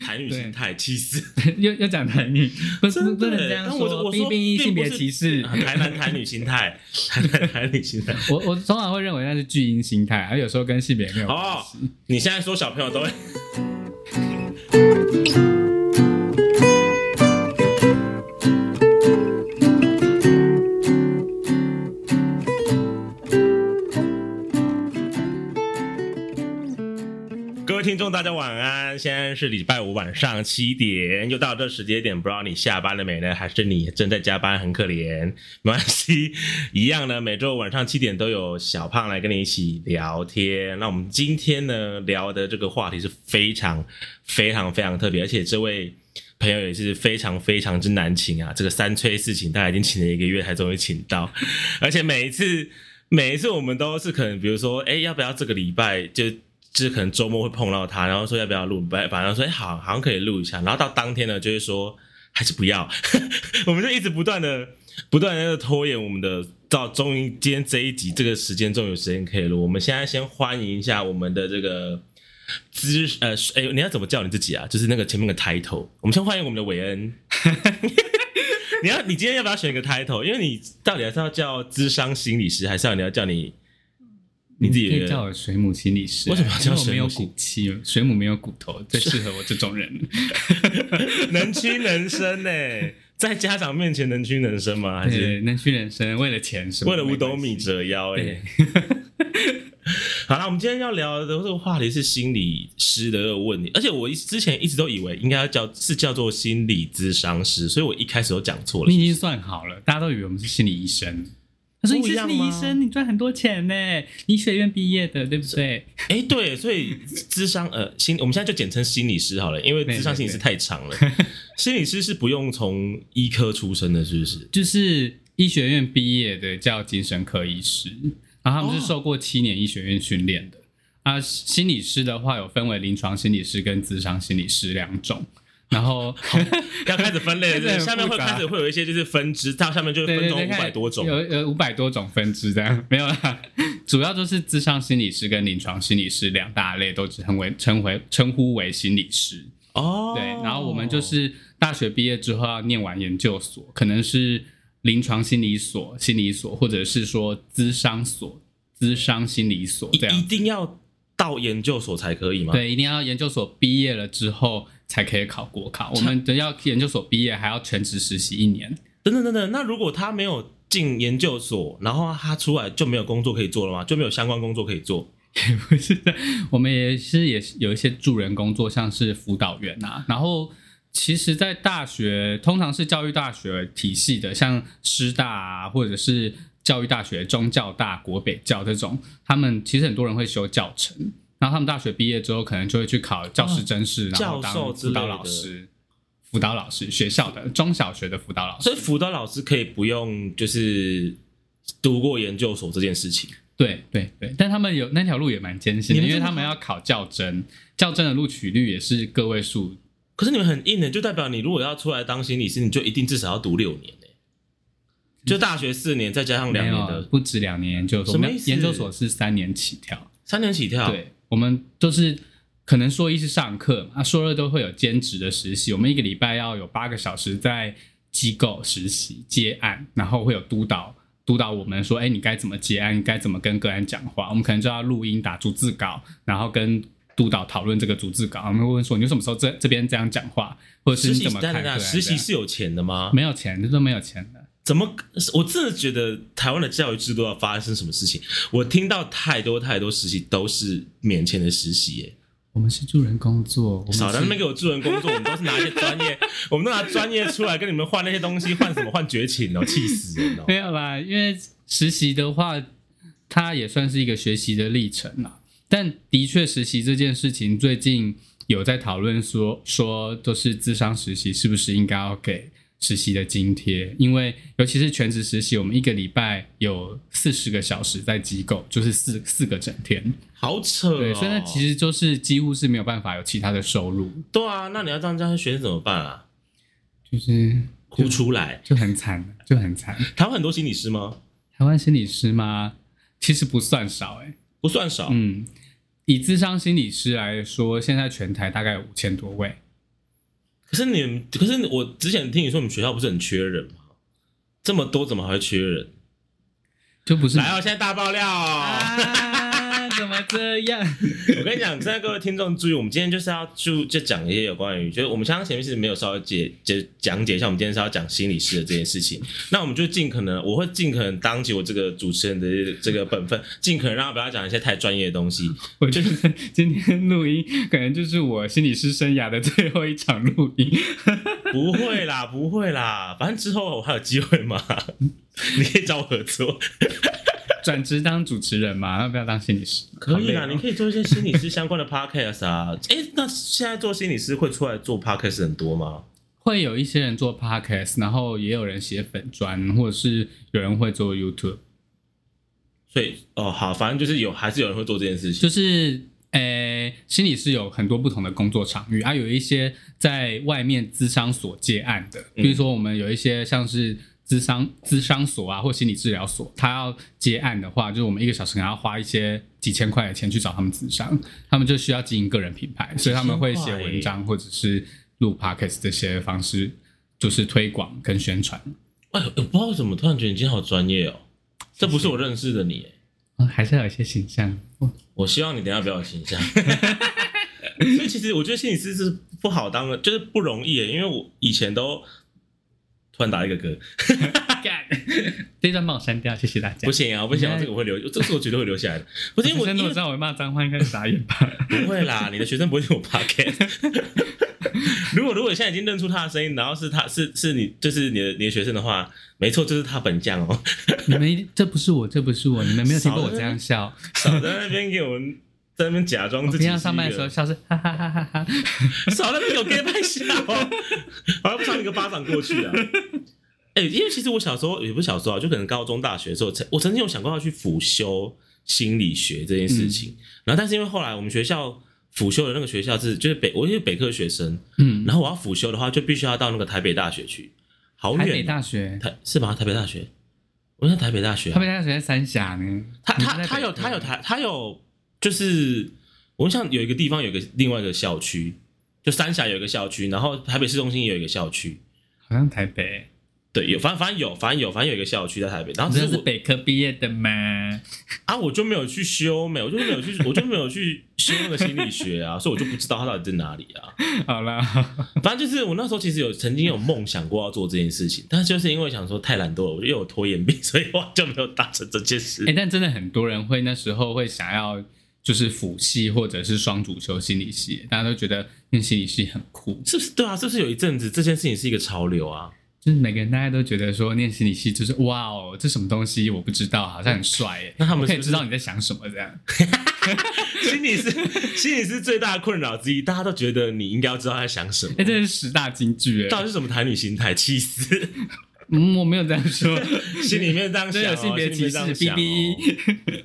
男女心态，气 死！又又讲男女，不真的不不能这样但我说，我毕说竟并性不别是歧视。啊台南台女心 态，台南台女心态。我我通常会认为那是巨婴心态，而有时候跟性别没有关哦系。，你现在说小朋友都会。各位听众，大家晚安！现在是礼拜五晚上七点，又到这时间点，不知道你下班了没呢？还是你正在加班，很可怜。没关系，一样呢。每周晚上七点都有小胖来跟你一起聊天。那我们今天呢聊的这个话题是非常非常非常特别，而且这位朋友也是非常非常之难请啊！这个三催四请，大概已经请了一个月才终于请到，而且每一次 每一次我们都是可能，比如说，哎，要不要这个礼拜就就是可能周末会碰到他，然后说要不要录，晚晚上说，哎，好，好像可以录一下，然后到当天呢，就会说还是不要， 我们就一直不断的不断的拖延我们的。到终于今天这一集这个时间终于有时间可以录，我们现在先欢迎一下我们的这个资呃，哎、你要怎么叫你自己啊？就是那个前面的 title。我们先欢迎我们的韦 恩。你要，你今天要不要选一个 title？因为你到底还是要叫智商心理师，还是要你要叫你你自己可的以叫我水母心理师啊，为什么要叫因我没水母有心骨气，水母没有骨头，最适合我这种人。能屈能伸 呢、在家长面前能屈能伸吗？ 还是对，能屈能伸，为了钱什么？为了五斗米没关系折腰、欸？对哎， 好了，我们今天要聊的这个话题是心理师的问题，而且我一之前一直都以为应该要叫是叫做心理咨商师，所以我一开始都讲错了你。已经算好了，大家都以为我们是心理医生。他说：“你不是一样心吗理医生，你赚很多钱呢，医学院毕业的，对不对 哎、对，所以智商呃心，我们现在就简称心理师好了，因为对智商心理师对太长了。心理师是不用从医科出身的，是不是？？”就是医学院毕业的叫精神科医师，然后他们是受过七年医学院训练的。啊，心理师的话有分为临床心理师跟咨商心理师两种，然 后要开始分类了，这就个是很下面会复杂开始会有一些就是分支，到下面就对分对种对，五百看多种。有呃有五百多种分支这样，没 有啦，主要就是智商心理师跟临床心理师两大类都只称为称为称呼为心理师。哦，对，然后我们就是大学毕业之后要念完研究所，可能是临床心理所、心理所，或者是说咨商所、咨商心理所这一一样。定要到研究所才可以吗？，对，一定要研究所毕业了之后才可以考国考。我们的要研究所毕业还要全职实习一年。等等等等，那如果他没有进研究所，然后他出来就没有工作可以做了吗？就没有相关工作可以做？也不 是的，我们也是也是有一些助人工作，像是辅导员啊。然后，其实，在大学通常是教育大学体系的，像师大啊，或者是教育大学、中教大、国北教这种，他们其实很多人会修教程。然后他们大学毕业之后，可能就会去考教师真试，然后哦教授当之辅类的导老师、辅导老师，学校的中小学的辅导老师所。以辅导老师可以不用就是读过研究所这件事情。对对对，但他们有那条路也蛮艰辛你的，们因真为的他们吗要考教真，教真的录取率也是个位数可是你们很硬的，就代表你如果要出来当心理师，你就一定至少要读六年呢、欸就大学四年，再加上两没年有啊的不止两年研究所，什么我们意思啊研究所是三年起跳。三年起跳。，对，我们都是可能说一是上课嘛，啊说二都会有兼职的实习。我们一个礼拜要有八个小时在机构实习接案，然后会有督导督导我们说，哎，你该怎么接案，你该怎么跟个案讲话。我们可能就要录音、打逐字稿，然后跟。督导讨论这个逐字稿，我们会问说你为什么时候这这边这样讲话，或者是实你习怎么等看等啊个等，案实这习样是有钱的吗？没有钱，这都没有钱的。怎么？我真的觉得台湾的教育制度要发生什么事情？我听到太多太多实习都是免钱的实习、耶。我们是助人工作，我们少在是那边给我助人工作，我们都是拿一些专 业，我们都拿专业出来跟你们换那些东西，换什么换绝情哦，气死人哦！没有啦，因为实习的话，它也算是一个学习的历程啦。但的确，实习这件事情最近有在讨论说，说就是智商实习是不是应该要给实习的津贴？因为尤其是全职实习，我们一个礼拜有四十个小时在机构，就是四四个整天，好扯哦！对，所以那其实就是几乎是没有办法有其他的收入，对啊，那你要这样教学生怎么办啊？就是哭出来！就很惨，就很惨。台湾很多心理师吗？台湾心理师吗？其实不算少哎、欸不算少，嗯，以智商心理师来说，现在全台大概有五千多位，可是你们，可是我之前听你说你们学校不是很缺人吗？这么多怎么还会缺人？就不是来哦，现在大爆料哦！啊，怎么这样？我跟你讲，现在各位听众注意，我们今天就是要就就讲一些有关于，就是我们刚刚前面其实没有稍微解解讲解一下，我们今天是要讲心理师的这件事情。那我们就尽可能，我会尽可能当起我这个主持人的这个本分，尽可能让他不要讲一些太专业的东西。我觉得今天录音可能就是我心理师生涯的最后一场录音。不会啦，不会啦，反正之后我还有机会嘛， 你可以找我合作。转职当主持人嘛，要不要当心理师？可以啊，好累你哦可以做一些心理师相关的 podcast 啊。 哎、那现在做心理师会出来做 podcast 很多吗？会有一些人做 podcast，然后也有人写粉砖，或者是有人会做 YouTube，所以哦，好，反正就是有，还是有人会做这件事情。就是诶、心理师有很多不同的工作场域啊，有一些在外面咨商所接案的，嗯比如说我们有一些像是。咨商咨商所啊，或心理治疗所，他要接案的话，就是我们一个小时可能要花一些几千块的钱去找他们咨商，他们就需要经营个人品牌，所以他们会写文章或者是录 podcast 这些方式，就是推广跟宣传。哎呦，我不知道为什么突然觉得你今天好专业哦，这不是我认识的你耶。嗯，还是要有一些形象。我希望你等一下不要有形 象。所以其实我觉得心理师是不好当的，就是不容易耶，因为我以前都突然打一个嗝， 干， 这段帮我删掉，谢谢大家不。行啊，我不行、啊，这个我会留，这个是我绝对会留下来的。不是因为我真的因我为知道我会骂脏话，应该傻眼吧？不会 啦，你的学生不会听我 podcast。如果如果现在已经认出他的声音，然后是他是是你就是你的你的学生的话，没错，就是他本将 哦。你们一定这不是我，这不是我，你们没有听过我这样 笑。少在那边给我们在那边假装我自己哦平是一个常上班的时候，笑是哈哈哈哈哈。少在那边给我 gay 拍笑，好像不上一个巴掌过 去啊。哎、因为其实我小时候也不是小时候啊，就可能高中、大学的时候，曾我曾经有想过要去辅修心理学这件事嗯情。然后，但是因为后来我们学校辅修的那个学校是就是北，我因为北科学生，嗯，然后我要辅修的话，就必须要到那个台北大学去，好台北远哦。大学，台是吗？台北大学，我在台北大学、台啊北。大学在三峡呢。他你们他在他北嗯有科他有台他有就是，我想有一个地方有一个另外一个校区，就三峡有一个校区，然后台北市中心也有一个校区。好像台北，对，有反正反正有反正有反正有一个校区在台北，然后你只真啊是的是我北科毕业的吗？ 啊，我就没有去修美，我就没有去，我就没有去修那个心理学啊，所以我就不知道它到底在哪里啊。好啦， 反正就是我那时候其实有曾经有梦想过要做这件事情，但是就是因为想说太懒惰了，我就又有拖延病，所以我就没有达成这件事哎、。但真的很多人会那时候会想要就是辅系或者是双主修心理系，大家都觉得念心理系很酷。是不是对啊？是不是有一阵子这件事情是一个潮流啊？就是每个人大家都觉得说念心理系就是哇哦，这什么东西我不知道，好像很帅耶。那他们我可以是不是知道你在想什么这样。 心理是心理是最大的困扰之一，大家都觉得你应该要知道他在想什么哎、。这是十大金句到哎。底是什么谈女心态？气 死！嗯，我没有这样说，心里面这 样想、真哦，有性别心歧里面视 E 这样，哔想哦哔。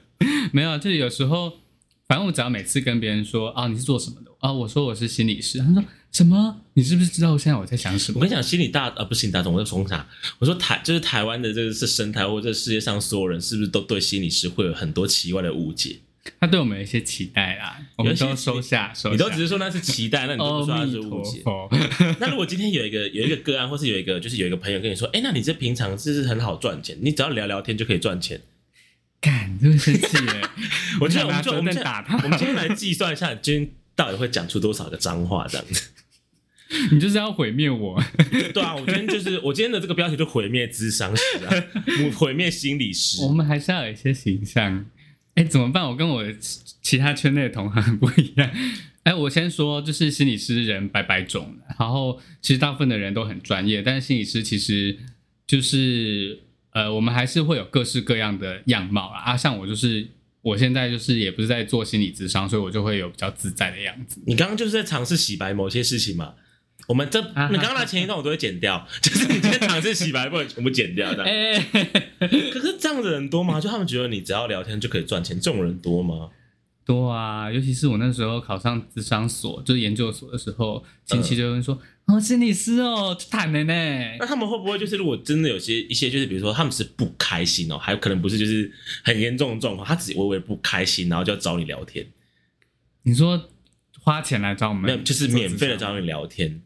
没有，就是有时候，反正我只要每次跟别人说啊、你是做什么的啊、我说我是心理师，他们说什么？你是不是知道我现在我在想什我 么？跟你讲，心理大呃不是心理大众，我在从啥？我说台就是台湾的这个是生态，或者这世界上所有人是不是都对心理师会有很多奇怪的误解？他对我们有一些期待啦，我们有一些都收下，收下。你都只是说那是期待，那你都不说阿那弥是误陀解。 佛， 那如果今天有一个有一个个案，或是有一个就是有一个朋友跟你说，哎、那你这平常就是很好赚钱，你只要聊聊天就可以赚钱。干，真的生气了。我觉得想我拿们就我折们凳就打他我。们今天来计算一下，你今天到底会讲出多少个脏话这样子？ 你就是要毁灭我， 对啊，我今天就是我今天的这个标题就毁灭智商师啊，毁灭心理师我。们还是要有一些形象。哎，怎么办？我跟我其其他圈内的同行很不一样。 哎，我先说，就是心理师人百百种，啊然后其实大部分的人都很专业，但是心理师其实就是呃，我们还是会有各式各样的样貌啦。啊，像我就是。我现在就是也不是在做心理咨商，所以我就会有比较自在的样子。你刚刚就是在尝试洗白某些事情嘛？我们这哈你刚刚的前一啊段我都会剪掉，就是你今天尝试洗白，不能全部剪掉的。哎、 可是这样的人多吗？就他们觉得你只要聊天就可以赚钱，这种人多吗？多啊，尤其是我那时候考上智商所，就是研究所的时候，亲戚就会说：“哦，心理师哦，就谈的呢。那他们会不会就是如果真的有些一些就是比如说他们只是不开心哦，还有可能不是就是很严重的状况，他只微微不开心，然后就要找你聊天，”你说花钱来找我们，没有就是免费的找你聊天。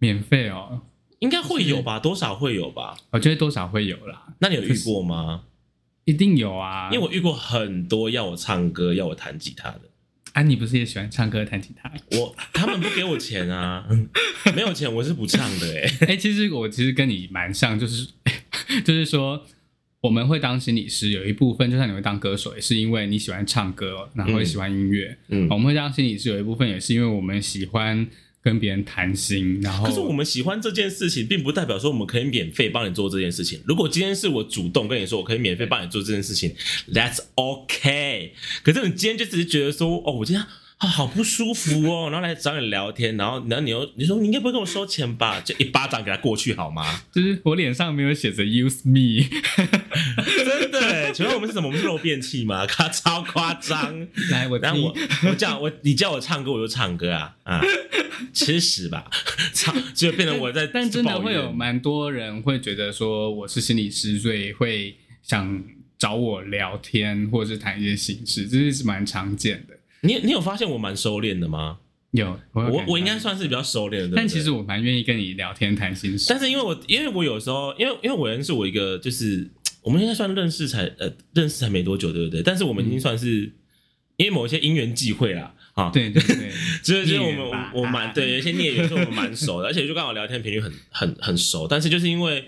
免费哦，应该会有吧，多少会有吧。我觉得多少会有啦，那你有遇过吗？一定有啊。因为我遇过很多要我唱歌、要我弹吉他的，安啊妮不是也喜欢唱歌弹吉 他？我他们不给我钱啊， 没有钱我是不唱的哎、哎、其实我其实跟你蛮像，就是 就是说，我们会当心理师，有一部分就像你会当歌手，也是因为你喜欢唱歌，哦然后也喜欢音乐。嗯我，们会当心理师，有一部分也是因为我们喜欢跟别人谈心，然后可是我们喜欢这件事情，并不代表说我们可以免费帮你做这件事情。如果今天是我主动跟你说，我可以免费帮你做这件事情，That's OK。可是你今天就只是觉得说，哦，我今天啊好不舒服哦，然后来找你聊天，然后然后你又你说你应该不会跟我收钱吧？就一巴掌给他过去好吗？就是我脸上没有写着 “use me”， 真的欸，请问我们是什么？我们是漏便器吗？他超夸张。来我然后听我。我叫我你叫我唱歌我就唱歌啊啊，吃屎吧， 唱就变成我在但真的抱会怨有蛮多人会觉得说我是心理师，所以会想找我聊天，或者是谈一些心事，这是蛮常见的。你你有发现我蛮收敛的吗？有，我有我感我应到该算是比较收敛的，对不对但其实，我蛮愿意跟你聊天谈心事。但是因为我因为我有时候，因为因为我认识我一个，就是我们应该算认识才呃认识才没多久，对不对？但是我们已经算是、因为某些因缘际会啦，啊，，对对对，就是就是我孽们缘吧我我蛮对，有一些孽缘是我们蛮熟 的，而且就刚好聊天频率很很很熟，但是就是因为。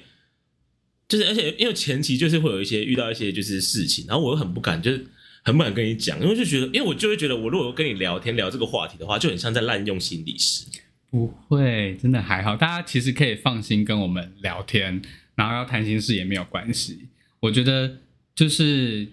就是，而且因为前期就是会有一些遇到一些就是事情，然后我又很不敢，就是很不敢跟你讲，因为就觉得，因为我就会觉得，我如果跟你聊天聊这个话题的话，就很像在滥用心理师。 不会，真的还好。大家其实可以放心跟我们聊天，然后要谈心事也没有关系。我觉得就是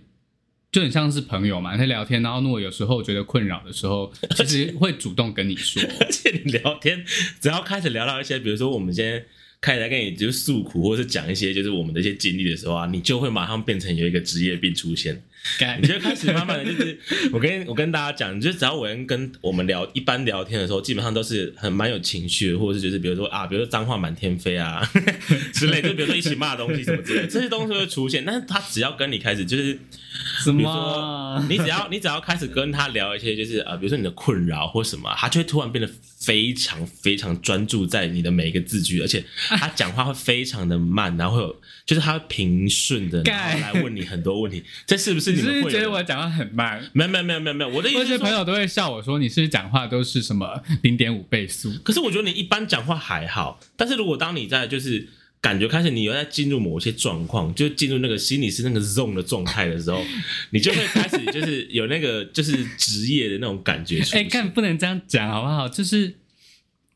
就很像是朋友嘛，在聊天。然后如果有时候觉得困扰的时候，其实会主动跟 你说。而且你聊天，只要开始聊到一些，比如说我们今天开始在跟你就是诉苦，或是讲一些就是我们的一些经历的时候啊，你就会马上变成有一个职业病出现，干你就开始慢慢的就是， 我跟我跟大家讲，就是只要我跟跟我们聊一般聊天的时候，基本上都是很蛮有情绪的，或者是就是比如说啊，比如说脏话满天飞啊 之类，就比如说一起骂东西什么之类的，这些东西会出现，但是他只要跟你开始就是。什比如么说啊？你只要你只要开始跟他聊一些，就是呃，比如说你的困扰或什么，他就会突然变得非常非常专注在你的每一个字句，而且他讲话会非常的慢，然后会有就是他会平顺的然后干来问你很多问题，这是不是你你是们不会是觉得有的我讲话很慢？没有没有没有没有没有，我的意思我有是些朋说，友都会笑我说，你是不是讲话都是什么零点五倍速？可是我觉得你一般讲话还好，但是如果当你在就是。感觉开始你又在进入某些状况，就进入那个心理师那个 zone 的状态的时 候，你就会开始就是有那个就是职业的那种感觉出哎、现。干不能这样讲好不好？就是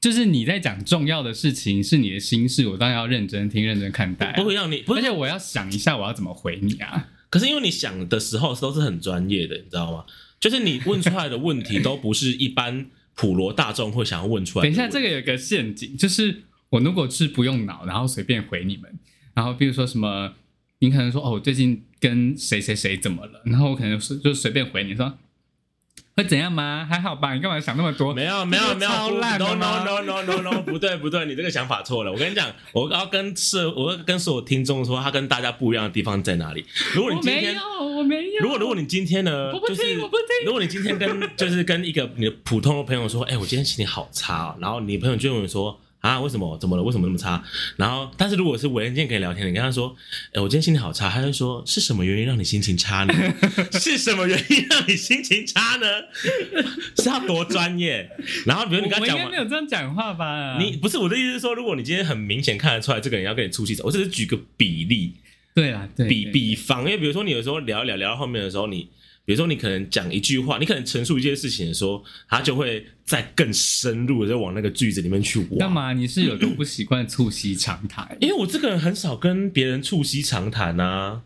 就是你在讲重要的事情，是你的心事，我当然要认真听、认真看待啊、哎不会让你不而是且我要想一下我要怎么回你啊。可是因为你想的时候都是很专业的，你知道吗？就是你问出来的问题都不是一般普罗大众会想要问出来的等一问题。下，这个有一个陷阱，就是我如果是不用脑，然后随便回你们，然后比如说什么，你可能说哦，我最近跟谁谁谁怎么了，然后我可能是就随便回你说。会怎样吗？还好吧，你干嘛想那么多？没有没有这个没有超烂的，no 吗 no no no no no，不 对不对，你这个想法错了。我跟你讲，我要跟社，我要跟所有听众说，他跟大家不一样的地方在哪里。如果你我今没天有，我没有。如果如果你今天呢，我不听就是我不听如果你今天跟 就是跟一个你的普通的朋友说，哎、我今天心情好差、哦，然后你朋友就问你说。啊，为什么？怎么了？为什么那么差？然后，但是如果是伟人今天跟你聊天，你跟他说，哎、我今天心情好差，他就说是什么原因让你心情差 呢？是什么原因让你心情差呢？ 是他多专业？然后，比如你跟我他我应讲该完没，有这啊样讲话吧？你不是我的意思是说，如果你今天很明显看得出来这个人要跟你出气，我只是举个比例，对啦，对比对比方，因为比如说你有时候聊一聊聊到后面的时候，你比如说你可能讲一句话，你可能陈述一件事情的时候，他就会再更深入的往那个句子里面去干挖。嘛？你是有多不习惯促膝长谈？因为我这个人很少跟别人促膝长谈啊，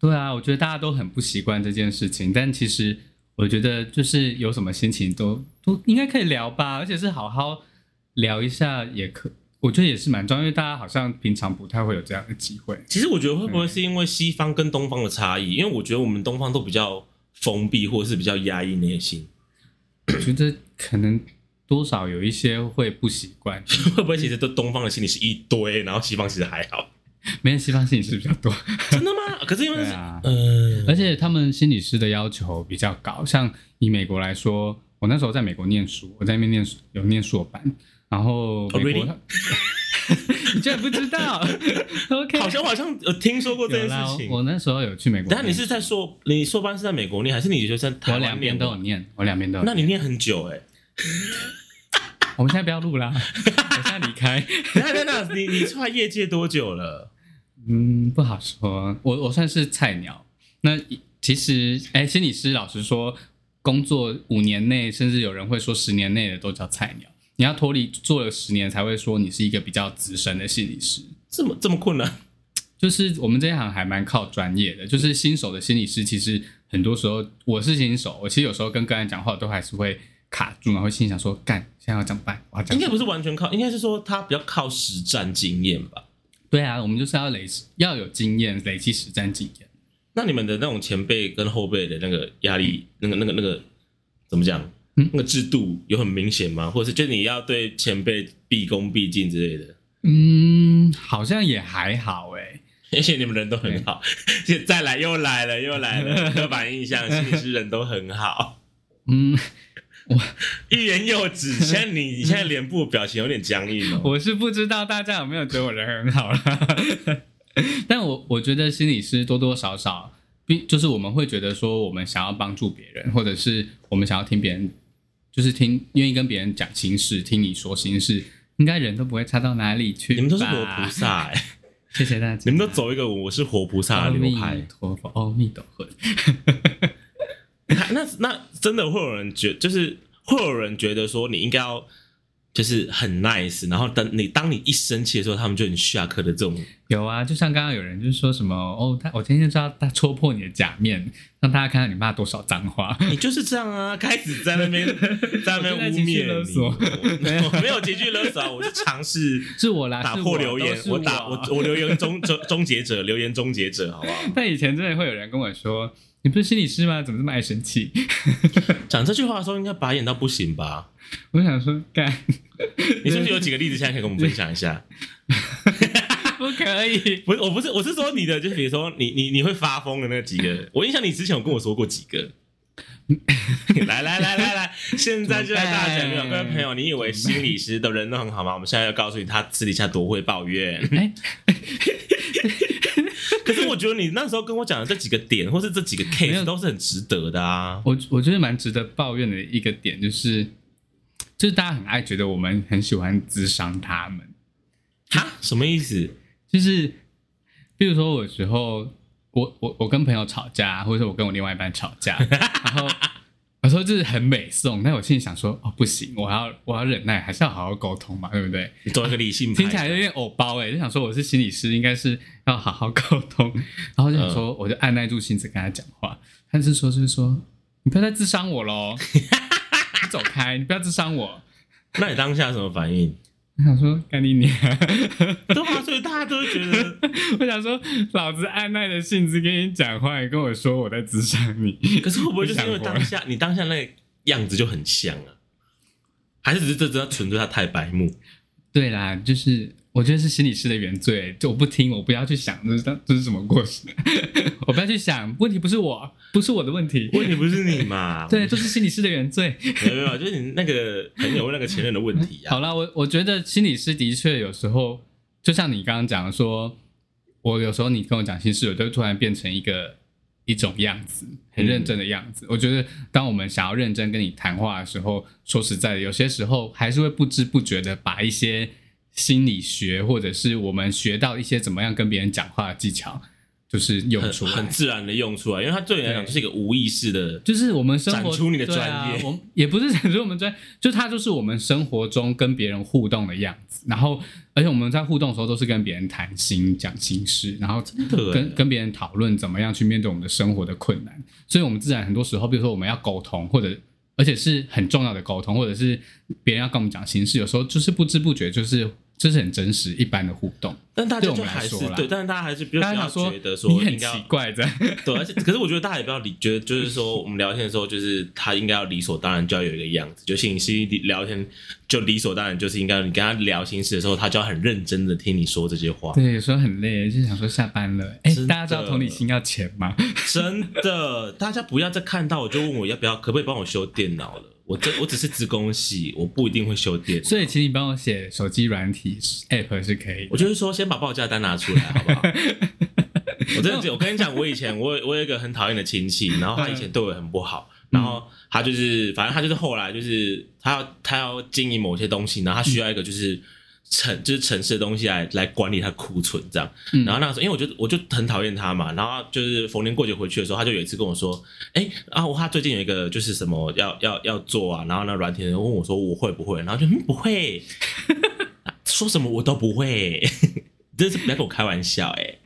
对啊，我觉得大家都很不习惯这件事情，但其实我觉得就是有什么心情都都应该可以聊吧，而且是好好聊一下也可，我觉得也是蛮重要，因为大家好像平常不太会有这样的机会。其实我觉得会不会是因为西方跟东方的差异？因为我觉得我们东方都比较封闭，或者是比较压抑内心， 我觉得可能多少有一些会不习惯，会不会其实都东方的心理是一堆，然后西方其实还好？没人西方心理师比较多，真的吗？可是因为对是啊。嗯、而且他们心理师的要求比较高，像以美国来说，我那时候在美国念书，我在那边念书有念硕班，然后美国哦 really？ 你居然不知道？OK，好像我好像有听说过这有件啦事，情。我那时候有去美国念但书。你是在硕，你硕班是在美国念，还是你学生台我湾两边念都的？有念，我两边都有那你念很久哎、欸。我们现在不要 录啦，我现在离开。等一下等等，你你出来业界多久了？嗯，不好说，我我算是菜鸟。那其实，哎、心理师老实说，工作五年内，甚至有人会说十年内的都叫菜鸟。你要脱离做了十年，才会说你是一个比较资深的心理师。这么这么困难？就是我们这一行还蛮靠专业的，就是新手的心理师，其实很多时候我是新手，我其实有时候跟个案讲话都还是会卡住，然后心里想说，干，现在要怎么办？我要讲应该不是完全靠，应该是说他比较靠实战经验吧。对啊，我们就是要累积，要有经验，累积实战经验。那你们的那种前辈跟后辈的那个压力，那个那个那个怎么讲？嗯那个制度有很明显吗？或者是就你要对前辈毕恭毕敬之类的？嗯，好像也还好哎、而且你们人都很好， 现再来又来了又来了，刻板印象，心理师人都很好，嗯，欲言又止。现在你你现在脸部表情有点僵硬 哦。我是不知道大家有没有觉得我人很好啦， 但我我觉得心理师多多少少，并就是我们会觉得说，我们想要帮助别人，或者是我们想要听别人，就是听愿意跟别人讲心事，听你说心事，应该人都不会差到哪里去。你们都是活菩，萨哎、谢谢大家。你们都走一个我是活菩萨阿的弥流 派。陀佛，阿弥陀佛。那那真的会有人觉，就是会有人觉得说你应该要就是很 nice，然后等你当你一生气的时候，他们就很下课的这种。有啊，就像刚刚有人就是说什么哦，他我今天就要他戳破你的假面，让大家看到你骂多少脏话。你就是这样啊，开始在那边在那边污蔑你，我正我 我没有情绪勒索啊，我是尝试是我啦，打是破留言啊都，是我我打我我留言终终终结者，留言终结者，好不好？但以前真的会有人跟我说：“你不是心理师吗？怎么这么爱生气讲这句话的时候，应该白眼到不行吧？？”我想说，干 你是不是有几个例子现在可以跟我们分享一下？不可以。 不是，我不是，我是说你的，就是比如说你你你会发疯的那几个，我印象你之前有跟我说过几 个。来来来来来，现在就来大家讲，没有各位朋友，你以为心理师的人都很好吗？我们现在要告诉你，他私底下多会抱 怨。 哎，可是我觉得你那时候跟我讲的这几个点，或是这几个没 case 有都是很值得的啊。我我觉得蛮值得抱怨的一个点就是，就是大家很爱觉得我们很喜欢滋伤他们，哈，什么意思？就是比如说我有时候我我我跟朋友吵架，或者是我跟我另外一半吵架，然 后。有时候就是很美颂，但我心里想说，哦，不行，我要我要忍耐，还是要好好沟通嘛，对不对？你做一个理性听起来派有点偶包哎、就想说我是心理师，应该是要好好沟通。然后就想说，我就按耐住性子跟他讲话。他是说，就是说，你不要再智商我喽，你走开，你不要智商我。那你当下什么反 应？我想说，干你娘！ 对啊，所以大家都会觉得，我想说，老子按耐着性子跟你讲话，你跟我说我在智商你。 可是会不会就是因为不想活当下你当下那个样子就很像啊？还是只是这真的纯粹他太白目？对啦，就是我觉得是心理师的原罪，欸就我不听，我不要去想这是这是什么过失， 我不要去想，问题不是我，不是我的问题。问题不是你 嘛？对，这是心理师的原罪。没有没有，就是你那个朋友问那个前任的问题啊 好。啦，我我觉得心理师的确有时候，就像你刚刚讲的说，我有时候你跟我讲心事，我就会突然变成一个一种样子，嗯很认真的样子。我觉得，当我们想要认真跟你谈话的时候，说实在的，有些时候还是会不知不觉的把一些心理学，或者是我们学到一些怎么样跟别人讲话的技巧，就是用很出很来。自然的用出来，因为他对你来讲对就是一个无意识的，就是我们生活展出你的对专业啊、我们也不是展出我们专业，就它就是我们生活中跟别人互动的样子。然后，而且我们在互动的时候都是跟别人谈心、讲心事，然后的跟跟别人讨论怎么样去面对我们的生活的困难。所以，我们自然很多时候，比如说我们要沟通，或者而且是很重要的沟通，或者是别人要跟我们讲心事，有时候就是不知不觉就是这、就是很真实一般的互动。但大对家我就们来还是说啦对，但是大家还是比大较家想觉得说你很应奇该要怪这样，对，而且可是我觉得大家也不要理，觉得就是说我们聊天的时候，就是他应该要理所当然就要有一个样子，就心理师聊天就理所当然就是应该你跟他聊心事的时候，他就要很认真的听你说这些话，对，有时候很累，就想说下班了。哎真，的大家知道同理心要钱吗？真的，大家不要再看到我就问我要不要，可不可以帮我修电脑了。我这我只是职工系，我不一定会修电脑。所以请你帮我写手机软体 app 是可以我的。就是说，先把报价单拿出来，好不好？ 我真的觉得，我跟你讲，我以前我有我有一个很讨厌的亲戚，然后他以前对我很不好，然后他就是，反正他就是后来就是他要他要经营某些东西，然后他需要一个就是城就是城市的东西来来管理他库存这样。嗯然后那个时候，因为我就我就很讨厌他嘛，然后就是逢年过节回去的时候，他就有一次跟我说，哎、啊，我他最近有一个就是什么要要要做啊，然后那软体人问我说我会不会，然后就嗯不会，说什么我都不会，真是不要跟我开玩笑哎、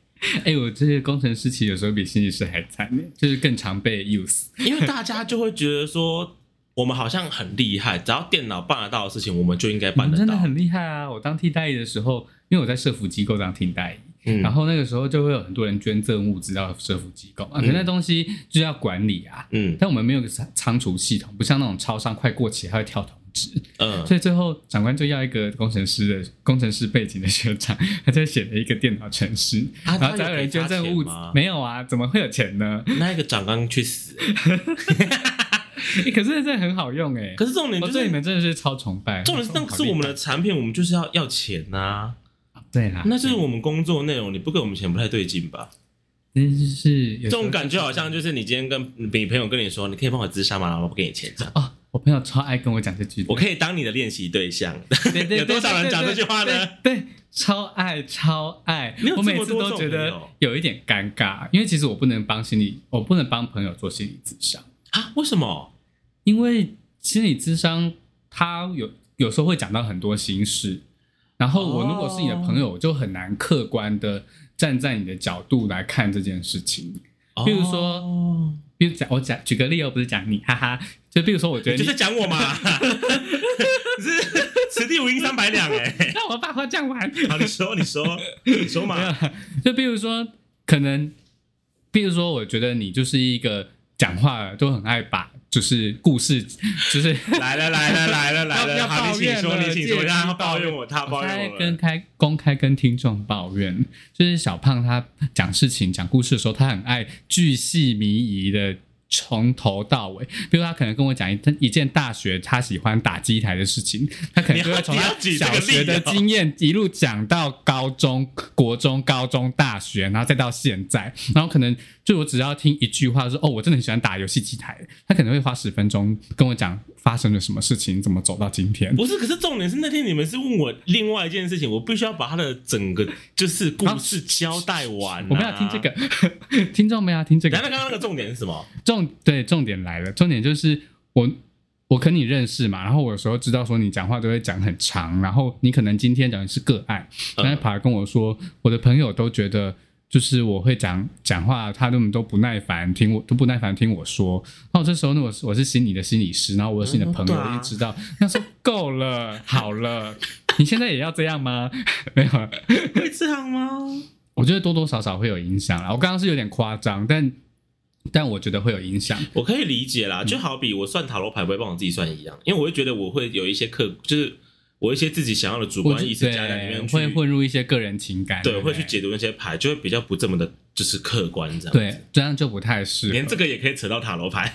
哎、我这些工程师其实有时候比心理师还惨，就是更常被 use。因为大家就会觉得说我们好像很厉害，只要电脑办得到的事情，我们就应该你办们得真到的。很厉害啊！我当替代役的时候，因为我在社服机构当替代役，嗯然后那个时候就会有很多人捐赠物资到社服机构啊，可是那东西就是要管理啊。嗯但我们没有个仓仓储系统，不像那种超商快过期还会跳通知，嗯，所以最后长官就要一个工程师的工程师背景的学长，他就写了一个电脑程式，啊然他后只有要有给人捐他赠钱物资吗，没有啊，怎么会有钱呢？ 那一个长官去死，欸可是这很好用哎、可是重点我就对你是。们真的是超崇拜，重点是那个是我们的产品，我们就是要要钱呐、啊对啦，那就是我们工作内容，你不给我们钱不太对劲吧？真是有这时候种感觉好像就是你今天跟你朋友跟你说，你可以帮我自杀吗？然后我不给你钱这样，哦，我朋友超爱跟我讲这句的，我可以当你的练习对象。 对对对有多少人讲这句话呢？对对对对，超爱超爱你有，这我每么次多都种觉朋得友有一点尴尬，因为其实我不能帮心理，我不能帮朋友做心理咨商，啊？为什么？因为心理咨商他有有时候会讲到很多心事，然后我哦如果是你的朋友，我就很难客观的站在你的角度来看这件事情。比如说哦比如讲，我讲举个例哦，不是讲你，哈哈，就比如说，我觉你得就你 在讲我嘛， 你是此地无银三百两哎。让我把话讲完，好，你说，你说，你说没有嘛。啦， 就比如说，可能，比如说，我觉得你就是一个讲话都很爱把就是故事， 就是来了，来了，来了，来要了。要好，你抱请怨说，了你请借说，机他抱抱怨怨我，他我抱在怨我跟了。开公开跟听众抱怨，就是小胖他讲事情、讲故事的时候，他很爱巨细靡遗的。从头到尾，比如他可能跟我讲一一件大学他喜欢打机台的事情，他可能就会从你他要举这个小学例的哦经验一路讲到高中、国中、高中、大学，然后再到现在，然后可能就我只要听一句话说哦，我真的很喜欢打游戏机台，他可能会花十分钟跟我讲发生了什么事情，怎么走到今天。不是，可是重点是那天你们是问我另外一件事情，我必须要把他的整个就是故事交代完、啊。我们要听这。个， 听众们要听这然后个。刚刚那个重点是什么？重对重点来了，重点就是我我跟你认识嘛，然后我有时候知道说你讲话都会讲很长，然后你可能今天讲的是个案，嗯但是跑来跟我说，我的朋友都觉得。就是我会讲讲话，他们都不耐烦听我，都不耐烦听我说。那我这时候呢，我是我是心理的心理师，然后我是你的朋嗯对友，啊我已经知道。那时候够了，好了，你现在也要这样吗？ 没有了，会这样吗？我觉得多多少少会有影响啦。我刚刚是有点夸张，但但我觉得会有影响。我可以理解啦，就好比我算塔罗牌不会帮我自己算一样，因为我会觉得我会有一些客，就是我一些自己想要的主我观意识加在里面对去，会混入一些个人情感，对，不会去解读那些牌，就会比较不这么的，就是客观这样。，对，这样就不太适连合。这个也可以扯到塔罗牌，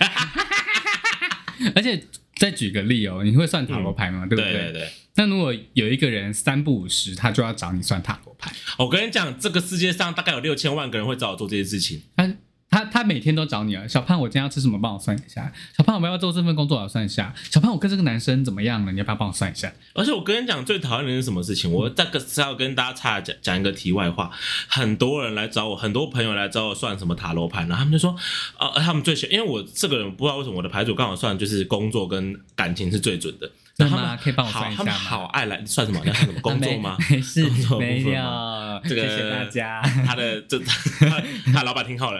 而且再举个例哦，你会算塔罗牌吗？对不嗯 对对对。那如果有一个人三不五时，他就要找你算塔罗牌，我跟你讲，这个世界上大概有六千万个人会找我做这些事情。他他他每天都找你啊，小胖，我今天要吃什么？帮我算一下。小胖，我们要做这份工作，我算一下。小胖，我跟这个男生怎么样了？你要不要帮我算一下？而且我跟你讲，最讨厌的是什么事情？我这个是要跟大家差讲讲一个题外话。很多人来找我，很多朋友来找我算什么塔罗牌，然后他们就说，呃，他们最喜，因为我这个人不知道为什么我的牌组刚好算就是工作跟感情是最准的。对然吗后他们可以帮我算一好下他们吗好爱来算什么？要算 什么工作吗啊？没没事工作，的部没分有吗。谢这个谢大家。 他的这他他老板挺好的，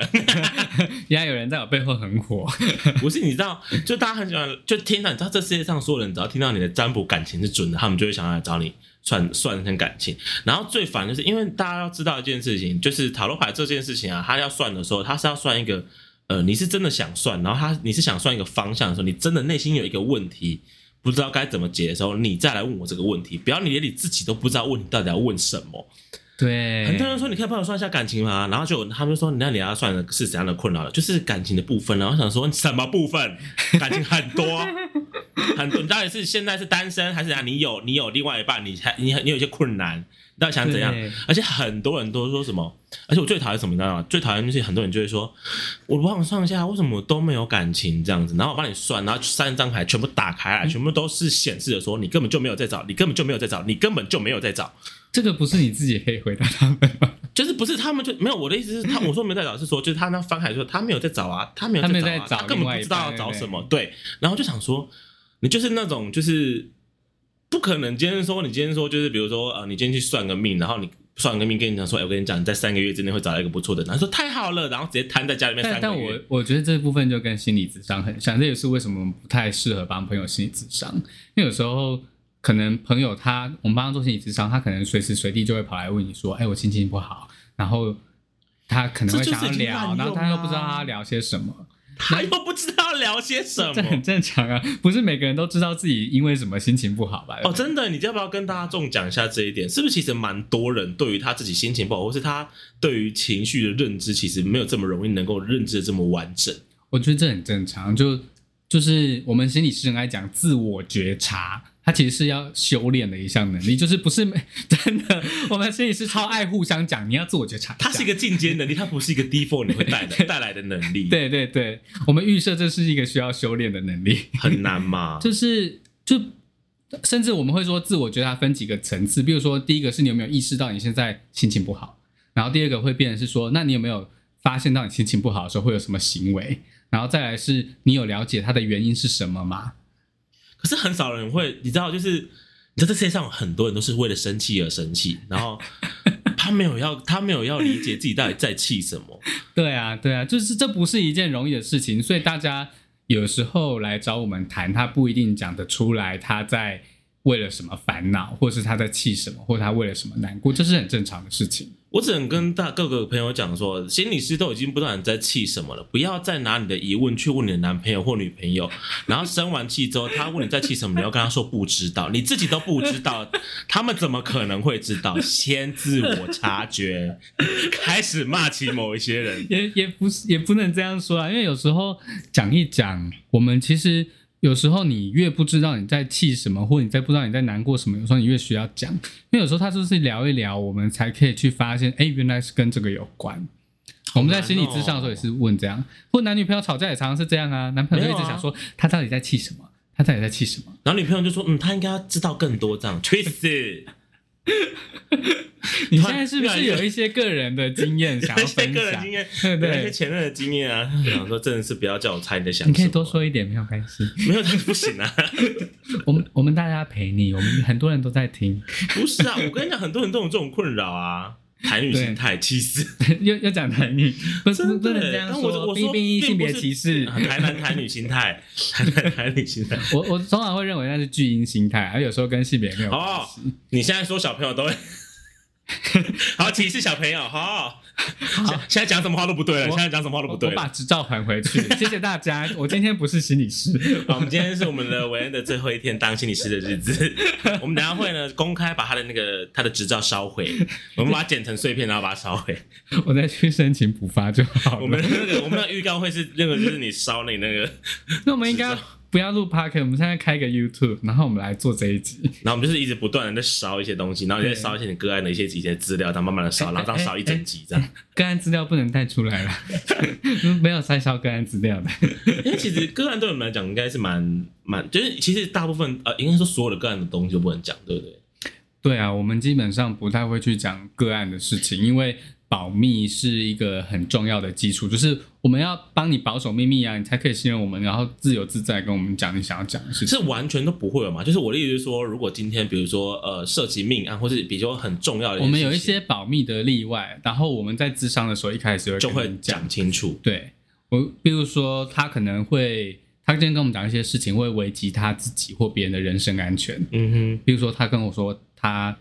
原来有人在我背后很火，不是，你知道，就大家很喜欢，就听到你知道，这世界上所有人只要听到你的占卜感情是准的，他们就会想要来找你算算一下感情。然后最烦就是因为大家要知道一件事情，就是塔罗牌这件事情啊，它要算的时候，它是要算一个呃，你是真的想算，然后它你是想算一个方向的时候，你真的内心有一个问题。不知道该怎么解的时候，你再来问我这个问题，不要你连你自己都不知道问你到底要问什么。对，很多人说你可以帮我算一下感情吗？然后就他们就说，那你要算的是啊怎样的困扰？就是感情的部分。然后我想说什么部分？感情很多，很多，你到底是现在是单身，还是啊你有你有另外一半，你还你你有一些困难，你到底想怎样？对而且很多人都说什么，而且我最讨厌什么，你知道吗？最讨厌就是很多人就会说，我往上下为什么都没有感情这样子，然后我帮你算，然后三张牌全部打开来，全部都是显示着说你根本就没有在找，你根本就没有在找，你根本就没有在找，这个不是你自己可以回答 他们吗？就是不是他们就没有我的意思是他我说没有在找是说就是他那翻海说他没有在找啊，他没有他没有在找、啊，在找根另本外不一知道半要对找不对什么对，然后就想说你就是那种就是不可能今天说你今天说就是比如说呃你今天去算个命，然后你算个命跟你讲说哎、我跟你讲你在三个月之内会找到一个不错的，然后说太好了，然后直接瘫在家里面但三但个我月，我觉得这部分就跟心理智商很像，这也是为什么我们不太适合帮朋友心理智商，因为有时候可能朋友他我们帮他做心理智商，他可能随时随地就会跑来问你说：“哎，我心情不好。”然后他可能会这就是想要已经滥聊，用然后他又啦不知道他要聊些什么，他又不知道聊些什这很么。正常啊，不是每个人都知道自己因为什么心情不好吧？哦，真的，你要不要跟大家重讲一下这一点？是不是其实蛮多人对于他自己心情不好，或是他对于情绪的认知，其实没有这么容易能够认知的这么完整？我觉得这很正常，就就是我们心理师很爱讲自我觉察，它其实是要修炼的一项能力，就是不是每 真的，我们心理师超爱互相讲，你要自我觉察一下，它是一个进阶能力，它不是一个 default 你会带 的带来的能力，，对对对，我们预设这是一个需要修炼的能力，很难嘛。 就是就甚至我们会说自我觉察分几个层次，比如说第一个是你有没有意识到你现在心情不好，然后第二个会变成是说，那你有没有发现到你心情不好的时候会有什么行为，然后再来是你有了解它的原因是什么吗？可是很少人会，你知道，就是你知道，这世界上有很多人都是为了生气而生气，然后他没有要，他没有要理解自己到底在气什么。 对啊，对啊，就是这不是一件容易的事情，所以大家有时候来找我们谈，他不一定讲得出来他在为了什么烦恼，或是他在气什么，或他为了什么难过，这是很正常的事情。我只能跟大各个朋友讲说，心理师都已经不知道你在气什么了，不要再拿你的疑问去问你的男朋友或女朋友，然后生完气之后，他问你在气什么，你要跟他说不知道，你自己都不知道，他们怎么可能会知道？先自我察觉，开始骂起某一些人。也也不是也不能这样说啊，因为有时候讲一讲，我们其实有时候你越不知道你在气什么，或者你在不知道你在难过什么，有时候你越需要讲，因为有时候他就是聊一聊，我们才可以去发现，哎，原来是跟这个有关。我们在心哦理咨商的时候也是问这样，或男女朋友吵架也常常是这样啊，男朋友就一直想说、他到底在气什么，他到底在气什么，然后女朋友就说：“嗯，他应该要知道更多，这样去死！你现在是不突然是有一些个人的经验 想要那些分个人享经？验，对对那些前任的经验啊，想说真的是不要叫我猜你在想什么。你可以多，说一点，没有关系。没有，但是不行啊。”我们我们大家陪你，我们很多人都在听。 不是啊，我跟你讲，很多人都有这种困扰啊，台女心态，其 实又又讲男女，不是真的不能这样但我我说，B B 并性不别是啊歧视。台南 台女心态，台南台女心 态。我我通常会认为那是巨婴心态，而有时候跟性别没有关哦系。，你现在说小朋友都 会，好歧视小朋友，好，现现在讲什么话都不对了，我现在讲什么话都我不我对了把。执照还回去，谢谢大家。 我今天不是心理师，好，我们今天是我们的韦恩的最后一天当心理师的日 子，我们等一下会呢公开把他的那个他的执照烧毁，我们把它剪成碎片，然后把它烧毁。我再去申请补发就好我了。们那个我们的预告会是那个就是你烧你那个。那我们应该执照不要录 p o c k e t 我们现在开个 YouTube，然后我们来做这一集。 然后我们就是一直不断的在烧一些东西，然后再烧一些你个案的一些一些资料，然后慢慢的哎烧，然后这样烧一整集这样。 个案资料不能带出来了， 没有塞销个案资料的。因为其实个案对我们来讲应该是蛮蛮，就是其实大部分呃，应该说所有的个案的东西都不能讲，对不对？对啊，我们基本上不太会去讲个案的事情，因为保密是一个很重要的基础，就是我们要帮你保守秘密啊，你才可以信任我们，然后自由自在跟我们讲你想要讲的事情。是完全都不会有嘛？就是我的意思是说，如果今天比如说呃涉及命案，或是比如说很重要的，我们有一些保密的例外，然后我们在智商的时候一开始就就会讲清楚。对我，比如说他可能会，他今天跟我们讲一些事情会危及他自己或别人的人身安全，嗯比如说他跟我说他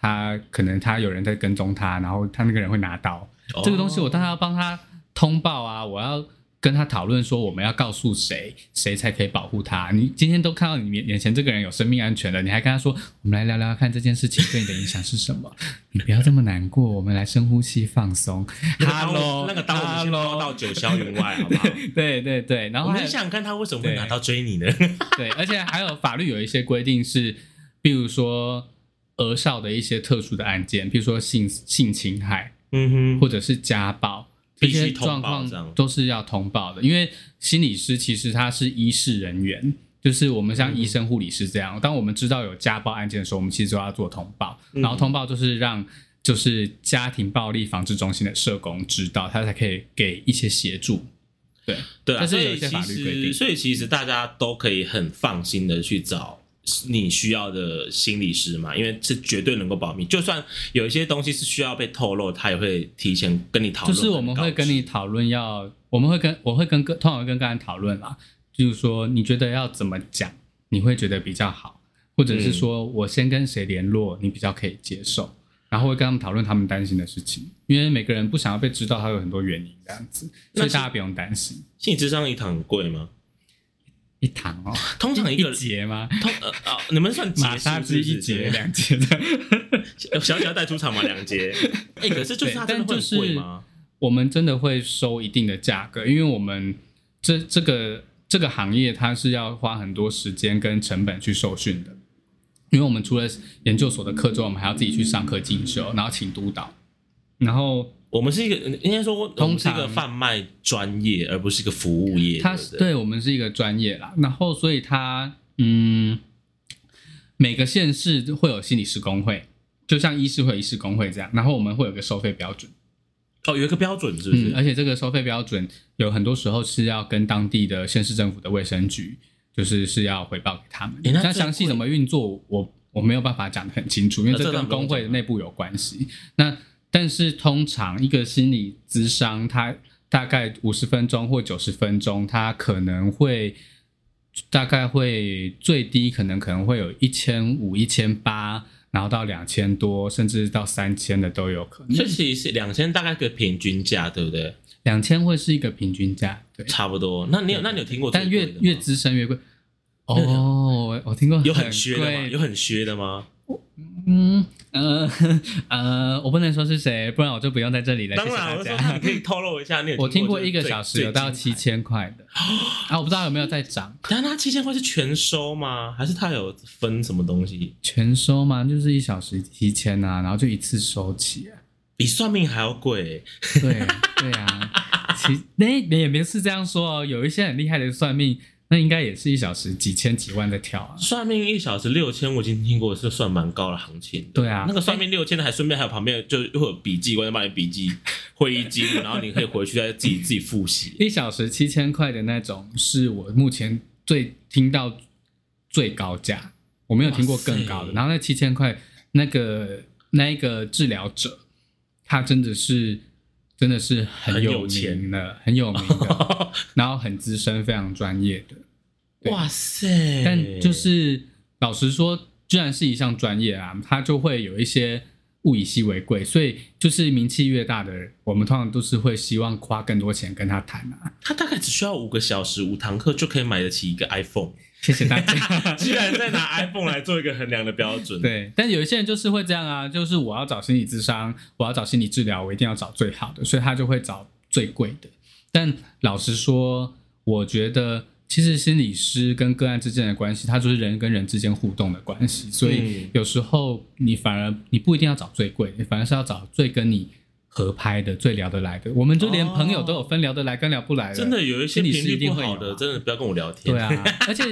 他可能他有人在跟踪他，然后他那个人会拿刀，哼，这个东西哦我当然要帮他通报啊，我要跟他讨论说我们要告诉谁，谁才可以保护他。你今天都看到你面眼前这个人有生命安全了，你还跟他说，我们来聊聊看这件事情对你的影响是什么？ 你不要这么难过，我们来深呼吸放松。哦那个刀那个 Hello，刀我们先抛 hello 到九霄云外，好不 好？对对对，然后我们还有很想看他为什么会拿刀追你呢？ 对，而且还有法律有一些规定是，比如说儿少的一些特殊的案件，比如说性性侵害嗯或哼，者是家暴，这必须些通报状这况样都是要通报的，因为心理师其实他是医事人员。就是我们像嗯医生、护理师这样，当我们知道有家暴案件的时候，我们其实都要做通报。嗯然后通报就是让就是家庭暴力防治中心的社工知道，他才可以给一些协助。对，对啊，但是所有以一些其法律规实定所以其实大家都可以很放心的去找你需要的心理师嘛，因为是绝对能够保密。就算有一些东西是需要被透露，他也会提前跟你讨就论，是我们会告知跟你讨论要，我们会跟我会跟个通常会跟个人讨论啦，就是说你觉得要怎么讲，你会觉得比较好，或者嗯是说我先跟谁联络，你比较可以接受，然后会跟他们讨论他们担心的事情，因为每个人不想要被知道，他有很多原因这样子，那所以是大家不用担心。心理智商一堂很贵吗？一堂哦，通常一个一节吗？通呃啊，你们算节马杀数是鸡不是一节两节的，小小小带出场嘛，两 节。哎，可是就是它对真的但会就是很贵吗？我们真的会收一定的价格，因为我们这这个这个行业它是要花很多时间跟成本去受训的，因为我们除了研究所的课之外，我们还要自己去上课进修，然后请督导，然后我们是一个，应该说我们是一个贩卖专业，而不是一个服务业。它对不是对我们是一个专业啦，然后所以它嗯，每个县市会有心理师工会，就像医师会有医师工会这样，然后我们会有个收费标准。哦，有一个标准是不嗯，而是？且这个收费标准有很多时候是要跟当地的县市政府的卫生局，就是是要回报给他们。诶那但最详细贵怎么运作，我我没有办法讲得很清楚，因为那呃这这段跟不用工会讲内部有关系。那但是通常一个心理咨商，它大概五十分钟或九十分钟，它可能会大概会最低可能可能会有一千五、一千八，然后到两千多，甚至到三千的都有可能所。以其实是两千大概个平均价，对不对？两千会是一个平均价，对。差不多。那你有那你有听过最但贵的越吗？越资深越 贵。哦，对的我我听过有很很削的吗？贵，有很削的吗？嗯呃 呃，我不能说是谁，不然我就不用在这里了。当哎谢谢然，啊大我说那家你。可以透露一下，你有我听过最一个小时有到七，最最精千块的，啊，我不知道有没有在涨，彩但他七千块是全收吗？还是他有分什么东西？全收吗？就是一小时七千啊，然后就一次收起、啊。比算命还要贵， 对对啊，其那那也别是这样说哦，有一些很厉害的算命，那应该也是一小时几千几万在跳啊。算命一小时六千，我已经听过是算蛮高的行情的。对啊那个算命六千的，还顺便还有旁边就会有笔记，我就帮你笔记会议记录，然后你可以回去再自己自己复习。一小时七千块的那种，是我目前最听到最高价，我没有听过更高哇的。塞然后那七千块，那个那一个治疗者，他真的是真的是很有名的，很有名 的，然后很资深，非常专业的。对哇塞！但就是老实说，居然是一项专业啊，它就会有一些物以稀为贵，所以就是名气越大的人，我们通常都是会希望花更多钱跟他谈啊。他大概只需要五个小时，五堂课就可以买得起一个 iPhone。。谢谢大家居然在拿 iPhone 来做一个衡量的标准，对，但有一些人就是会这样啊，就是我要找心理咨商，我要找心理治疗，我一定要找最好的，所以他就会找最贵的。但老实说，我觉得其实心理师跟个案之间的关系，它就是人跟人之间互动的关系，所嗯以有时候你反而你不一定要找最贵，你反而是要找最跟你合拍的、最聊得来的。我们就连哦朋友都有分聊得来跟聊不来的，真的有一些心理频师一率定不会有好啊的，真的不要跟我聊天。对，啊，而且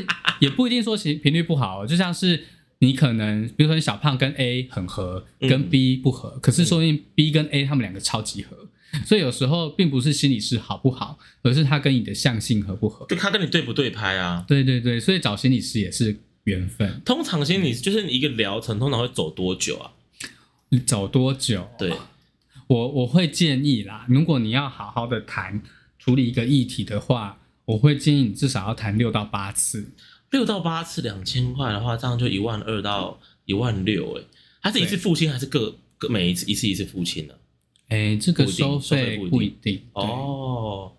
也不一定说频频率不好，就像是你可能，比如说你小胖跟 A 很合，嗯跟 B 不合，可是说不定 B 跟 A 他们两个超级合，所以有时候并不是心理师好不好，而是他跟你的相性合不合。就他跟你对不对拍啊？对对对，所以找心理师也是缘分，通常心嗯理就是你一个疗程通常会走多久啊？你走多久？对，我我会建议啦，如果你要好好的谈处理一个议题的话，我会建议你至少要谈六到八次。六到八次两千块的话，这样就一万二到一万六，哎，他是一次付清还是各各每一次一次一次付清呢、哎，这个不一定哦收收费费不一定不一定对哦，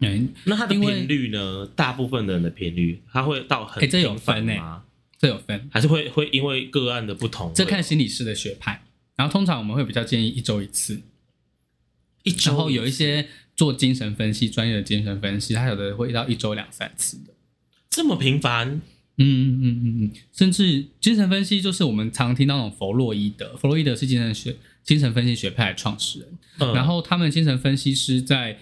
嗯，那它的因为频率呢？大部分人的频率，它会到很哎这有频繁分哎吗？这有分，还是会会因为个案的不同，这看心理师的学派。然后通常我们会比较建议一周一次，一周然后有一些做精神分析专业的精神分析，他有的会到一周两三次的。这么频繁，嗯嗯嗯嗯嗯，甚至精神分析就是我们常听到那种弗洛伊德，弗洛伊德是精神学精神分析学派的创始人。嗯然后他们精神分析师在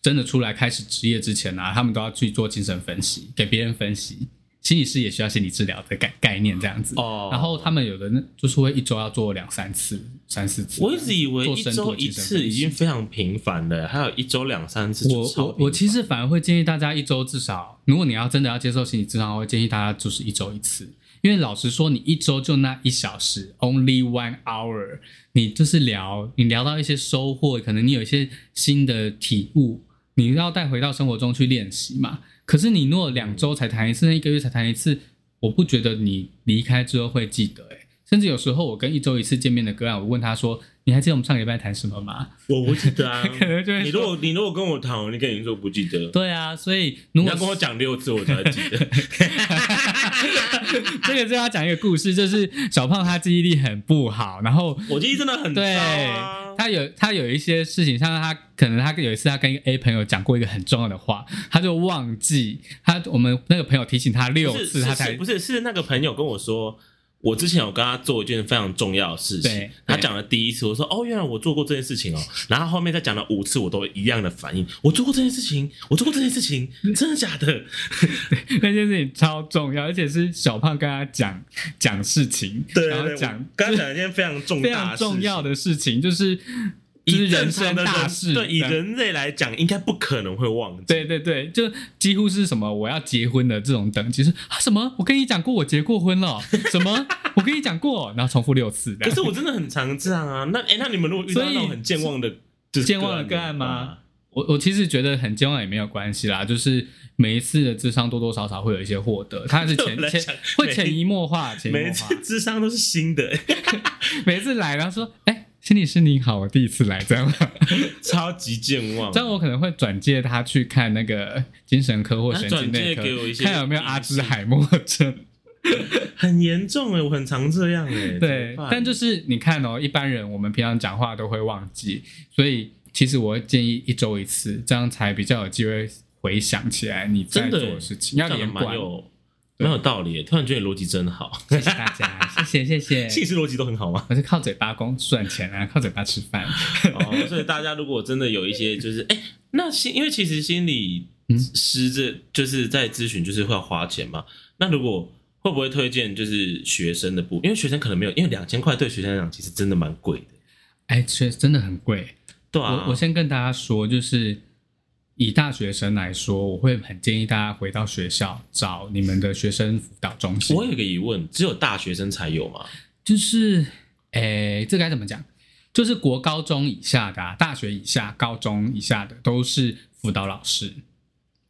真的出来开始职业之前啊，他们都要去做精神分析，给别人分析。心理师也需要心理治疗的概概念这样子。哦然后他们有的那就是会一周要做两三次、三四次。我一直以为做一深周度一精神次分已析经非常频繁了，还有一周两三次就我超我频我其实反而会建议大家一周至少，如果你要真的要接受心理治疗，我会建议大家就是一周一次。因为老实说，你一周就那一小时，only one hour，你就是聊，你聊到一些收获，可能你有一些新的体悟，你要带回到生活中去练习嘛。可是你如果两周才谈一次，那一个月才谈一次，我不觉得你离开之后会记得、欸。甚至有时候我跟一周一次见面的个案，我问他说：“你还记得我们上个礼拜谈什么吗我不记得啊 可能就会说你如果你如果跟我谈，我跟你说不记？”得，对啊，所以你如果要跟我讲六次我才会记 得。这个就要讲一个故事，就是小胖他记忆力很不好，然后我记忆真的很对糟啊。他有他有一些事情，像他可能他有一次他跟一个 A 朋友讲过一个很重要的话，他就忘记他我们那个朋友提醒他六不是次，是他是才不是是那个朋友跟我说，我之前有跟他做一件非常重要的事情对，他讲了第一次，我说哦，原来我做过这件事情哦，然后后面再讲了五次，我都一样的反应，我做过这件事情，我做过这件事情，嗯真的假的？那件事情超重要，而且是小胖跟他讲讲事情，然后讲刚刚讲一件非常重 非常重要的的事情，就是事就情，是以正常人生的大事，对，以这样人类来讲，应该不可能会忘记。对对对，就几乎是什么我要结婚的这种等级是啊什么？我跟你讲过我结过婚了，什么？我跟你讲过，然后重复六次这可样。是我真的很常这样啊。那哎、那你们如果遇到所以那种很健忘的，就是健忘的个案案啊吗？我我其实觉得很健忘也没有关系啦，就是每一次的智商多多少少会有一些获得，它是对潜 我来讲潜每会潜移默化，潜移每一默化次。智商都是新的、每一次来，然后说，哎、心理师你好，我第一次来这样吗， 哦超级健忘。这样我可能会转介他去看那个精神科或那神经内啊转介科给我一，些看有没有阿意兹识海默症。很严重哎、我很常这样哎、对怎么，办但就是你看哦，一般人我们平常讲话都会忘记，所以其实我会建议一周一次，这样才比较有机会回想起来你在真的做的事情，要这样连蛮贯。有蛮有道理、欸。突然觉得你逻辑真好，谢谢大家，谢谢谢信谢。息逻辑都很好吗？我是靠嘴巴工赚钱啊，靠嘴巴吃饭。哦，所以大家如果真的有一些就是哎、那心因为其实心理嗯师这就是在咨询就是会要花钱嘛，那如果会不会推荐就是学生的部？因为学生可能没有，因为两千块对学生来讲其实真的蛮贵的。哎，确实真的很贵。对啊，我我先跟大家说，就是以大学生来说，我会很建议大家回到学校找你们的学生辅导中心。我有一个疑问，只有大学生才有吗？就是，诶，这该怎么讲？就是国高中以下的、啊、大学以下、高中以下的都是辅导老师。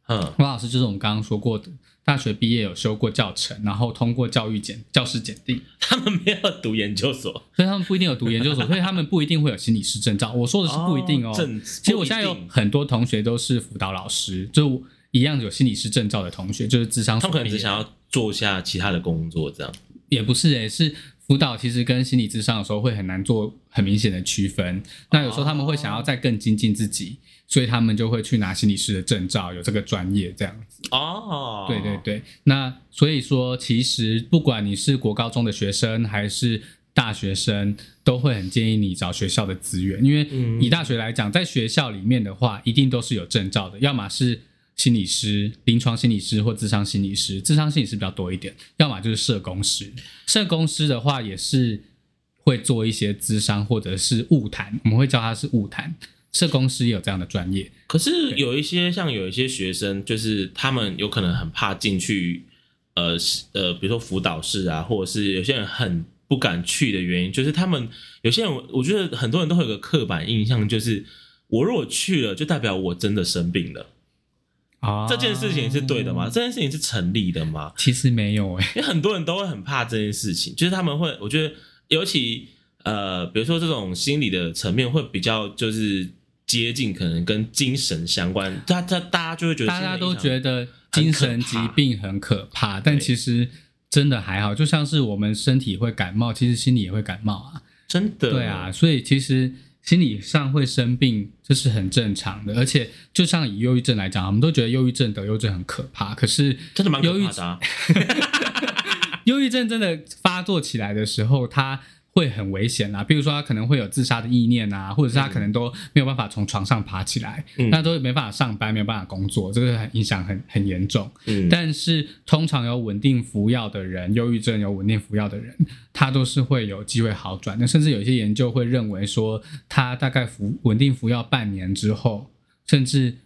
嗯，辅导老师就是我们刚刚说过的，大学毕业有修过教程，然后通过教育检教师检定，他们没有读研究所，所以他们不一定有读研究所，所以他们不一定会有心理师证照。我说的是不一定哦。正其实我现在有很多同学都是辅导老师，就一样有心理师证照的同学，就是智商他所们可毕业能只想要做一下其他的工作，这样。也不是诶、欸是辅导其实跟心理智商有时候会很难做很明显的区分。那有时候他们会想要再更精进自己，所以他们就会去拿心理师的证照，有这个专业这样子。哦，对对对，那所以说，其实不管你是国高中的学生还是大学生，都会很建议你找学校的资源，因为嗯以大学来讲，在学校里面的话，一定都是有证照的，要么是。心理师、临床心理师或智商心理师，智商心理师比较多一点，要么就是社工师。社工师的话也是会做一些智商或者是物谈，我们会叫他是物谈。社工师也有这样的专业，可是有一些像有一些学生，就是他们有可能很怕进去，呃是呃，比如说辅导室啊，或者是有些人很不敢去的原因，就是他们有些人，我觉得很多人都会有个刻板印象，就是我如果去了，就代表我真的生病了。啊这件事情是对的吗？？这件事情是成立的吗？其实没有哎、因为很多人都会很怕这件事情，就是他们会，我觉得尤其呃，比如说这种心理的层面会比较就是接近可能跟精神相关，大大大家就会觉得大家都觉得得精神疾病很可怕，但其实真的还好，就像是我们身体会感冒，其实心里也会感冒啊。真的对啊，，所以其实心理上会生病，这是很正常的。而且，就像以忧郁症来讲，我们都觉得忧郁症得忧郁症很可怕，可是真的蛮忧可郁怕的、 啊。忧郁症真的发作起来的时候，它会很危险啦。比如说，他可能会有自杀的意念啊，或者是他可能都没有办法从床上爬起来，嗯那都没办法上班，没有办法工作，这个很影响很很严重。嗯，但是通常有稳定服药的人，忧郁症有稳定服药的人，他都是会有机会好转的。甚至有一些研究会认为说，他大概服稳定服药半年之后，甚至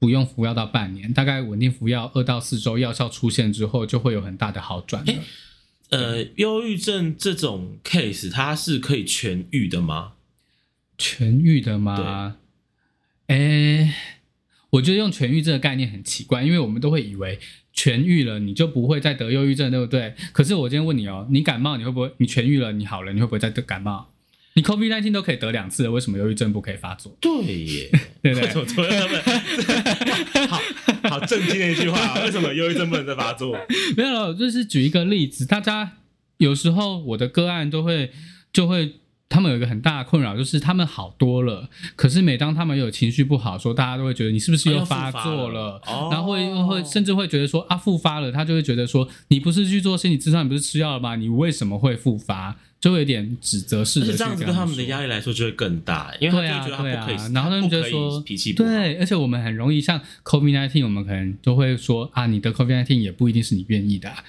不用服药到半年，大概稳定服药二到四周，药效出现之后，就会有很大的好转了。呃，忧郁症这种 case 它是可以痊愈的吗？痊愈的吗？哎，我觉得用痊愈这个概念很奇怪，因为我们都会以为痊愈了你就不会再得忧郁症，对不对？可是我今天问你哦，你感冒你会不会？你痊愈了，你好了，你会不会再得感冒？你 COVID 1 9都可以得两次了，为什么忧郁症不可以发作？对耶， 对 不为什对？么突然 问好好震惊的一句话，啊为什么忧郁症不能再发作？没有了，就是举一个例子，大家有时候我的个案都会就会。他们有一个很大的困扰，就是他们好多了，可是每当他们有情绪不好的时候，大家都会觉得你是不是哦又又复发发作了了？哦然后会会甚至会觉得说啊复发了，他就会觉得说你不是去做心理咨商，你不是吃药了吗？你为什么会复发？就会有点指责式而的且去这样子对他们的说压力来说就会更大，因为对他啊就会觉得对他不可以，啊，然后他们不就可会说以脾气不好。对，而且我们很容易像 COVID nineteen，我们可能就会说啊你得 COVID nineteen 也不一定是你愿意的啊、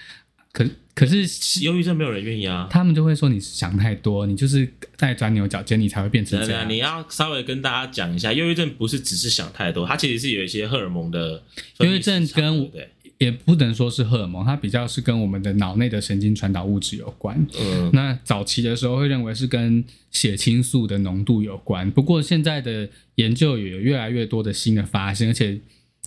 可可是忧郁症没有人愿意啊。他们就会说你想太多，你就是在钻牛角尖，啊你才会变成等这等，样。你要稍微跟大家讲一下，忧郁症不是只是想太多，它其实是有一些荷尔蒙的分泌忧郁症失常跟对不对，也不能说是荷尔蒙，它比较是跟我们的脑内的神经传导物质有关。嗯，那早期的时候会认为是跟血清素的浓度有关，不过现在的研究也有越来越多的新的发现，而且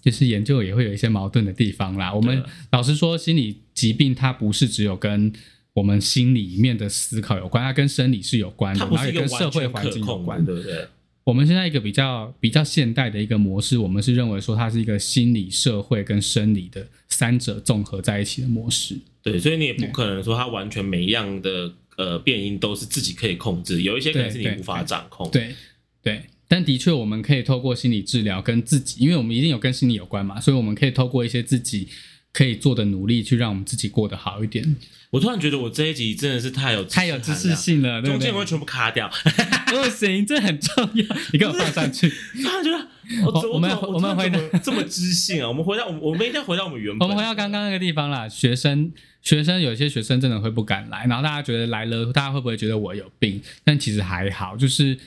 就是研究也会有一些矛盾的地方啦。我们对老实说，心理疾病它不是只有跟我们心里面的思考有关，它跟生理是有关的，它然不后是也一个跟社完会全环可境有控关的，。对不对？我们现在一个比较比较现代的一个模式，我们是认为说它是一个心理、社会跟生理的三者综合在一起的模式。对，所以你也不可能说它完全每一样的呃变因都是自己可以控制，有一些可能是你对对无法掌控。对对，但的确我们可以透过心理治疗跟自己，因为我们一定有跟心理有关嘛，所以我们可以透过一些自己可以做的努力，去让我们自己过得好一点。我突然觉得我这一集真的是太有太有知知识性了，对中不对间我？会全部卡掉， 不行，这很重要，你给我放上去。突然觉得我怎么我们怎么我们突然怎么这么知性啊！我们回到我们我们一定要回到我们原我本，们回到刚刚那个地方啦，学生学生有些学生真的会不敢来，然后大家觉得来了，大家会不会觉得我有病？但其实还好，就是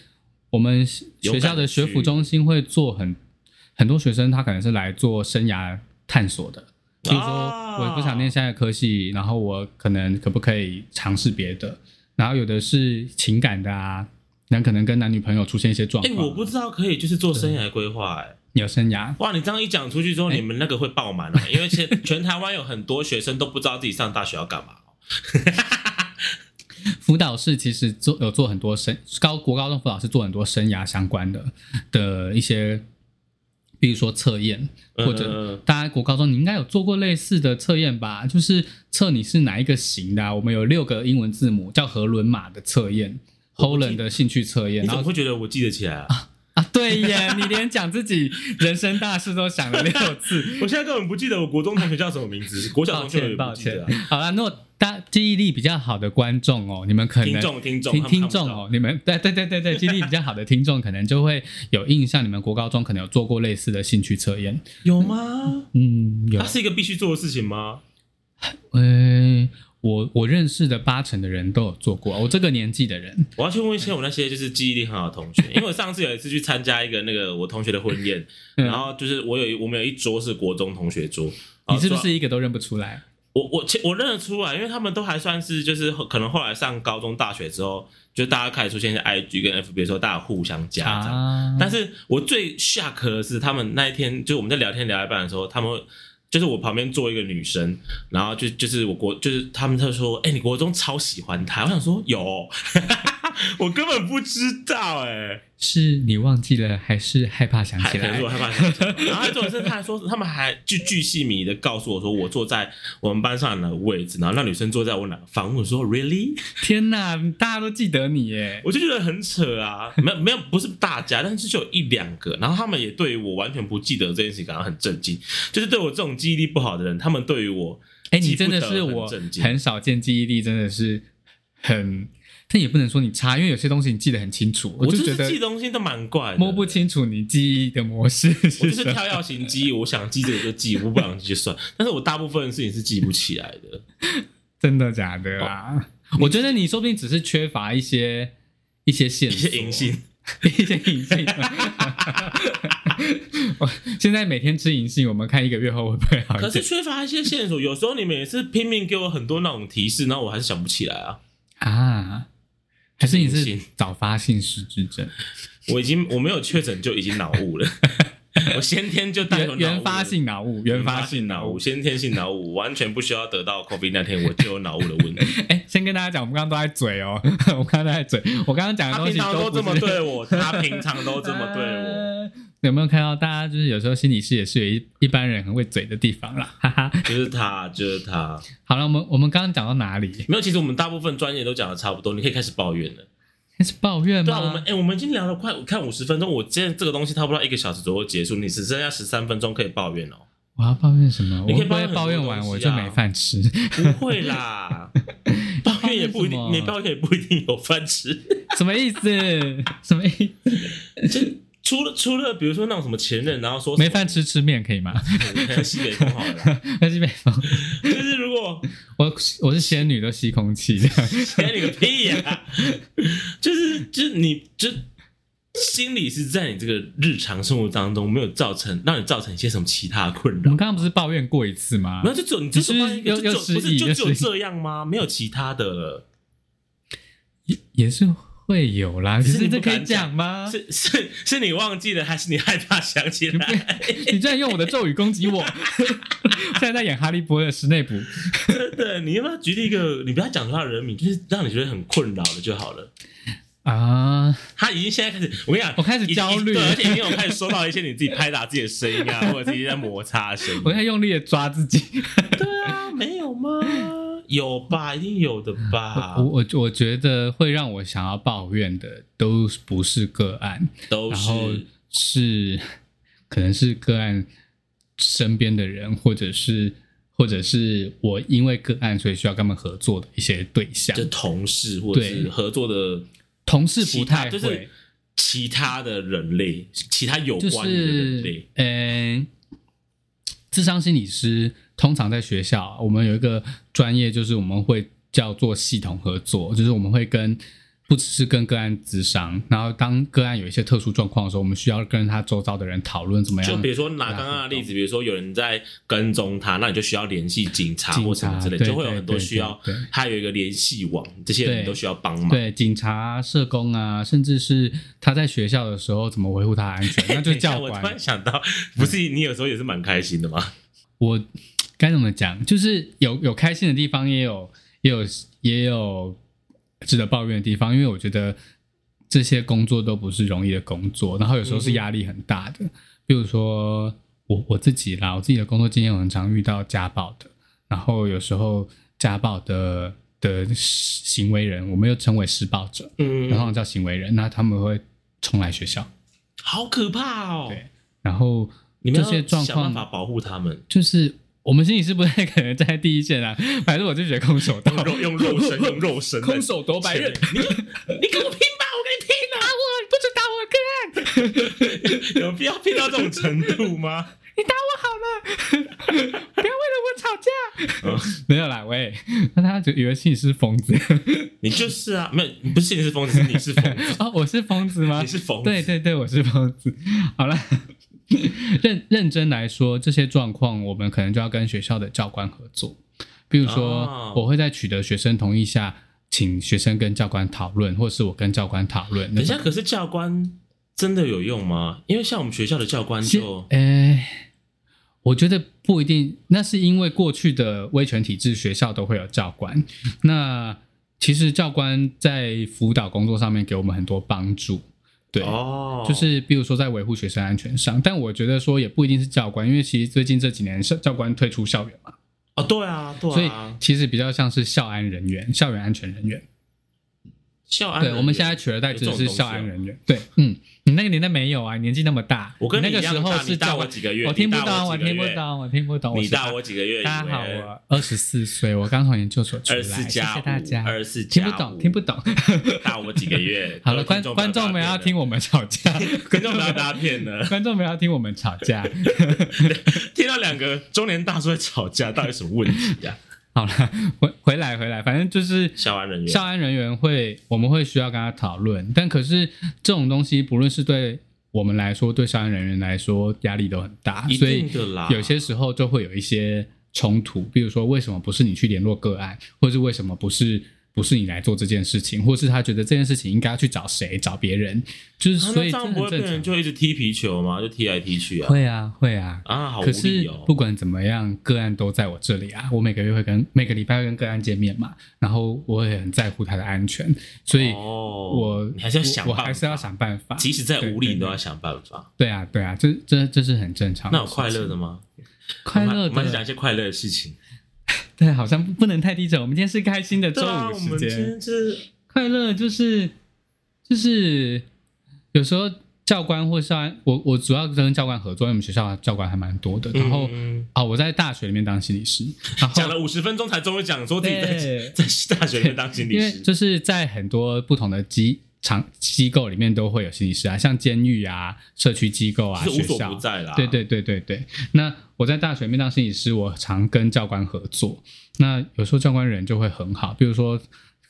我们学校的学府中心会做很很多学生，他可能是来做生涯探索的。比如说，我不想念现在的科系，然后我可能可不可以尝试别的？然后有的是情感的啊，那可能跟男女朋友出现一些状哎、况啊。我不知道可以就是做生涯规划、哎，有生涯，哇，你这样一讲出去之后，你们那个会爆满啊，因为全 全台湾有很多学生都不知道自己上大学要干嘛。辅导室其实做有做很多生高国高中辅导室做很多生涯相关的的一些，比如说测验，嗯或嗯者嗯大家国高中你应该有做过类似的测验吧？就是测你是哪一个型的啊、我们有六个英文字母叫荷伦码的测验，Holland 的兴趣 测验，你然怎么后会觉得我记得起来 啊？啊对耶，你连讲自己人生大事都想了六次， 我现在根本不记得我国中同学叫什么名字，国小抱同学也歉不抱记歉得啊、。好了，那我大记忆力比较好的观众哦，你们可能听众听众听他们听看不众到哦，你们对对对对对，记忆力比较好的听众可能就会有印象，你们国高中可能有做过类似的兴趣测验。有吗？嗯，有它，是一个必须做的事情吗？呃，我我认识的八成的人都有做过，我这个年纪的人，我要去问一些我那些就是记忆力很好的同学，因为我上次有一次去参加一个那个我同学的婚宴，嗯然后就是我有一我们有一桌是国中同学桌，你是不然后是一个都认不出来？我我其我认得出来，因为他们都还算是就是可能后来上高中、大学之后，就大家开始出现一些 IG 跟 FB 的时候，大家互相加这样。啊，但是我最 shock 的是，他们那一天就是我们在聊天聊一半的时候，他们会就是我旁边坐一个女生，然后就就是我国就是他们就说，哎、你国中超喜欢她，我想说有哦， 我根本不知道哎、是你忘记了，还是害怕想还起可能来是我？害怕想起来。然后重点是他还说，他们还巨巨细靡的告诉我说，我坐在我们班上的位置，然后那女生坐在我哪个房。我说 really，天哪，大家都记得你耶！我就觉得很扯啊。 没有没有，不是大家，但是就有一两个。然后他们也对我完全不记得这件事情感到很震惊，就是对我这种记忆力不好的人，他们对于我哎，你记不真得的是我很震惊很少见，记忆力真的是很，但也不能说你差，因为有些东西你记得很清楚，我就就觉是得记东西都蛮怪的，摸不。清楚你记忆的模式我是啊就是什么。跳跃型记忆，我想记这个就记，我不想记就算。但是我大部分的事情是记不起来 的。真的假的啊？哦我觉得你说不定只是缺乏一些一些线一索，些银杏，一些银杏。我现在每天吃银杏，我们看一个月后会不会好可一是点缺乏一些线索。有时候你们也是拼命给我很多那种提示，然后我还是想不起来啊。啊？还是你银是杏早发性失智 症，我已经我没有确诊就已经脑雾了， 我先天就带有脑原雾原发性脑雾，原发性脑脑雾雾，。嗯先天性脑雾，完全不需要得到 COVID 那天我就有脑雾的问 题。哎、先跟大家讲，我们刚刚都在嘴哦， 我们刚刚都在嘴，我刚刚讲他的东平西常都不这么是对我，他平常都这么对我，呃 有没有看到大家就是有时候心理师也是有一一般人很会嘴的地方啦， 哈哈。 就是他，就是他。好了，我们我们刚刚讲到哪里？没有，其实我们大部分专业都讲的差不多，你可以开始抱怨了。那是抱怨对吗？啊，我们哎、我们已经聊了快看五十分钟，我今天这个东西差不多要一个小时左右结束，你只剩下十三分钟可以抱怨哦。我要抱怨什么？你可我会以不会抱抱怨怨很多完东西啊我就没饭吃？ 不会啦，抱怨也不一定，抱怨什么啊你抱怨也不一定有饭吃。什么意思？ 什么意思？就除了除了比如说那种什么前任，然后说什么没饭吃吃面可以吗？ 我可能西北风好了啦，那是北方，就是如果 我我是仙女都吸空气 这样。给你个屁呀、 就是就是你就心理是在你这个日常生活当中没有造成让你造成一些什么其他困我扰们。刚刚不是抱怨过一次吗没？有，就只有你这只是是就又只有又失不是忆就又只有失忆这样吗？没有其他的了。也也是会有啦，只只是是你这不可以敢讲吗？是是是你忘记了，还是你害怕想起来？啊 你居然用我的咒语攻击我！ 现在在演哈利波特史内普，真的，你要不要举例一个？你不要讲出他的人名，就是让你觉得很困扰的就好了。啊，他已经现在开始，我跟你讲，哦我开始已经焦虑对而且你有开始收到一些你自己拍打自己的声音啊，或者自己在摩擦的声音。我在用力的抓自己。对 啊，没有吗？有吧，一定有的吧 我，我我觉得会让我想要抱怨的都不是个案，都然是后是 可能是个案身边的人，或者是或者是我因为个案所以需要跟他们合作的一些对象就，同事或者是对合作的同事不其太他，会，就是其他的人类，其他有就关的人是类。嗯，智商心理师通常在学校，我们有一个专业，就是我们会叫做系统合作，就是我们会跟不只是跟个案咨商，然后当个案有一些特殊状况的时候，我们需要跟他周遭的人讨论怎么就样比。如说拿刚刚的例子，比如说有人在跟踪他，那你就需要联系警察警察或什么之类，对就会有很多对对需要对对，他有一个联系网，这些对人都需要帮忙。对，警察、社工啊，甚至是他在学校的时候怎么维护他的安全，那 就嗯等是一下教我官突。然想到，不是你有时候也是蛮开心的吗？我该怎么讲？就是有有开心的地方，也有也有也有值得抱怨的地方，因为我觉得这些工作都不是容易的工作，然后有时嗯候是压力很大的。比如说我我自己啦，我自己的工作经验，我很常遇到家暴的，然后有时候家暴的的行为人，我们又称为施暴者，然嗯，后叫行为人，那他们会冲来学校，好可怕哦！对然后你们这要些状想办况法保护他们，就是我们心理师不太可能在第一线啊， 反正我就觉得空手道用，肉用 肉身，用肉身，空手夺白刃，你就你跟我拼吧，我跟你拼啊！不准打我哥，有必要拼到这种程度吗？你打我好了， 不要为了我吵架。嗯 没有啦，喂， 那他就以为心理师疯子 你就是啊，没有，你不是你是疯子，是你是疯子， 哦，我是疯子吗你？是疯子。对对对，我是疯子。 好了，认认真来说，这些状况我们可能就要跟学校的教官合作。比如说，哦我会在取得学生同意下，请学生跟教官讨论，或是我跟教官讨论。等一下，可是教官真的有用吗？因为像我们学校的教官其就诶，我觉得不一定，那是因为过去的威权体制，学校都会有教官。那其实教官在辅导工作上面给我们很多帮助，对，哦，就是比如说在维护学生安全上，但我觉得说也不一定是教官，因为其实最近这几年教教官退出校园嘛，哦，对啊，对啊，所以其实比较像是校安人员、校园安全人员。校安人对，员我们现在取而代之的是有这种东西校哦安人员。对，嗯，你那个年代没有啊，你年纪那么大，我跟你你那个一样时候大是你大教我几个月我你听不大我到，几个我听不月懂，我听不懂。你是大我几个月？大家好，我二十四岁，我刚从研究所出来，二谢四加谢大家。二四听加不懂，听不懂。。大我几个月 好了，各位观众不观众们搭要听片了，我们吵架， 观众不要搭片了。观众们要听我们吵架。听到两个中年大叔在吵架，到底什么问题啊？好了， 回回来回来，反正就是校安人员校安人员会，我们会需要跟他讨论，但可是这种东西，不论是对我们来说，对校安人员来说，压力都很大，一所以定的啦有些时候就会有一些冲突，比如说为什么不是你去联络个案，或是为什么不是不是你来做这件事情，或是他觉得这件事情应该要去找谁，找别人，就是啊所那这以这样很不会变正成常。就一直踢皮球吗？就踢来踢去啊？会啊，会啊。啊，好无可是力哦。不管怎么样，个案都在我这里啊。我每个月会跟每个礼拜会跟个案见面嘛，然后我也很在乎他的安全，所以哦我、你还是要想我，我办还是要法想办法。即使再无对力，对你都要想办法。对啊，对啊，这这这是很正常的那有事情。快乐的吗？快我们乐我们还是讲的一些快乐的事情。对，好像不不能太低沉。我们今天是开心的周对啊，五我时们今间，天是快乐就是就是有时候教官或校安，我我主要跟教官合作，因为我们学校教官还蛮多的。然后啊、嗯我在大学里面当心理师，然后讲了五十分钟才终于讲说自己在对。 在大学里面当心理因为师，就是在很多不同的机场机构里面都会有心理师啊，像监狱啊、社区机构啊、是无学所校不。在啦。啊对对对对对。那我在大学里面当心理师，我常跟教官合作。那有时候教官人就会很好，比如说，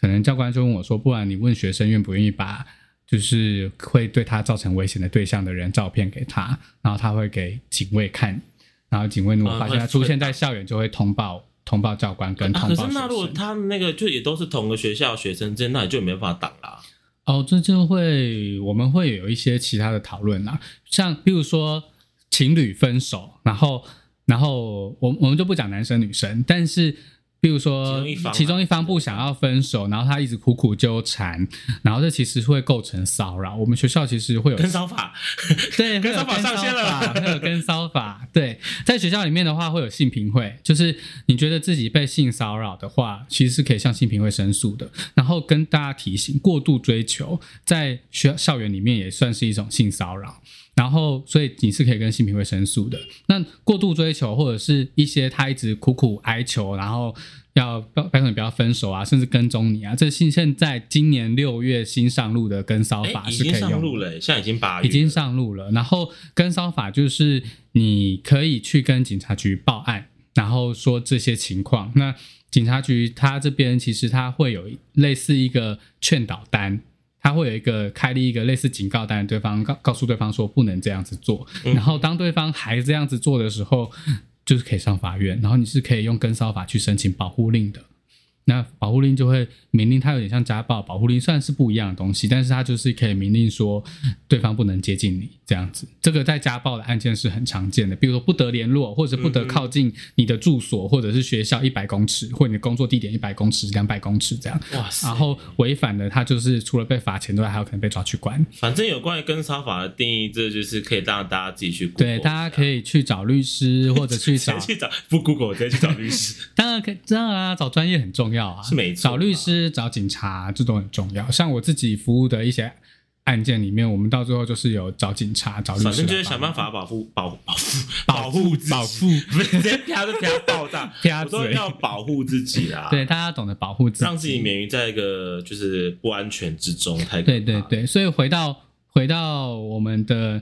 可能教官就问我说：“不然你问学生愿不愿意把就是会对他造成危险的对象的人照片给他，然后他会给警卫看，然后警卫如果啊发会现他出现在校园，就会通报通报教官跟啊通可报是学生。那如果他们那个就也都是同个学校学生之间，那你就没办法挡啦。哦，这就会我们会有一些其他的讨论啦，像比如说情侣分手，然后然后我我们就不讲男生女生，但是比如其说中一方啊其中一方不想要分手，然后他一直苦苦纠缠，然后这其实会构成骚扰。我们学校其实会有跟骚法，对，跟会有骚法上线了跟骚法会有跟骚法。对，在学校里面的话，会有性平会，就是你觉得自己被性骚扰的话，其实是可以向性平会申诉的。然后跟大家提醒，过度追求在学校园里面也算是一种性骚扰。然后，所以你是可以跟性平会申诉的。那过度追求或者是一些他一直苦苦哀求，然后要拜拜托你不要分手啊，甚至跟踪你啊，这现现在今年六月新上路的跟骚哎、法已是可经以用的。上路了、现在已经八月，已经上路了。然后跟骚法就是你可以去跟警察局报案，然后说这些情况。那警察局它这边其实它会有类似一个劝导单。它会有一个开立一个类似警告单，对方告告诉对方说不能这样子做，嗯然后当对方还这样子做的时候，就是可以上法院，然后你是可以用跟骚法去申请保护令的。那保护令就会明令，它有点像家暴，保护令虽然是不一样的东西，但是它就是可以明令说对方不能接近你这样子。这个在家暴的案件是很常见的，比如说不得联络，或者不得靠近你的住所或者是学校一百公尺，或你的工作地点一百公尺、两百公尺这样。哇塞！然后违反了，他就是除了被罚钱之外，还有可能被抓去关。反正有关于跟骚法的定义，这就是可以让大家自己去 Google 对，一下。大家可以去找律师，或者去直找接去找不 Google，直接去找律师。当然可以，当然啊，找专业很重要啊，是没错啊找律师、找警察，这都很重要。像我自己服务的一些案件里面，我们到最后就是有找警察、 找律反师来帮忙，正就是想办法保护保保护 保护自己，保护。，不是直接啪就啪爆炸 啪我说嘴要保护自己啦，对，，大家懂得保护自己，让自己免于在一个就是不安全之中，太可怕对对啊对，所以回到回到我们的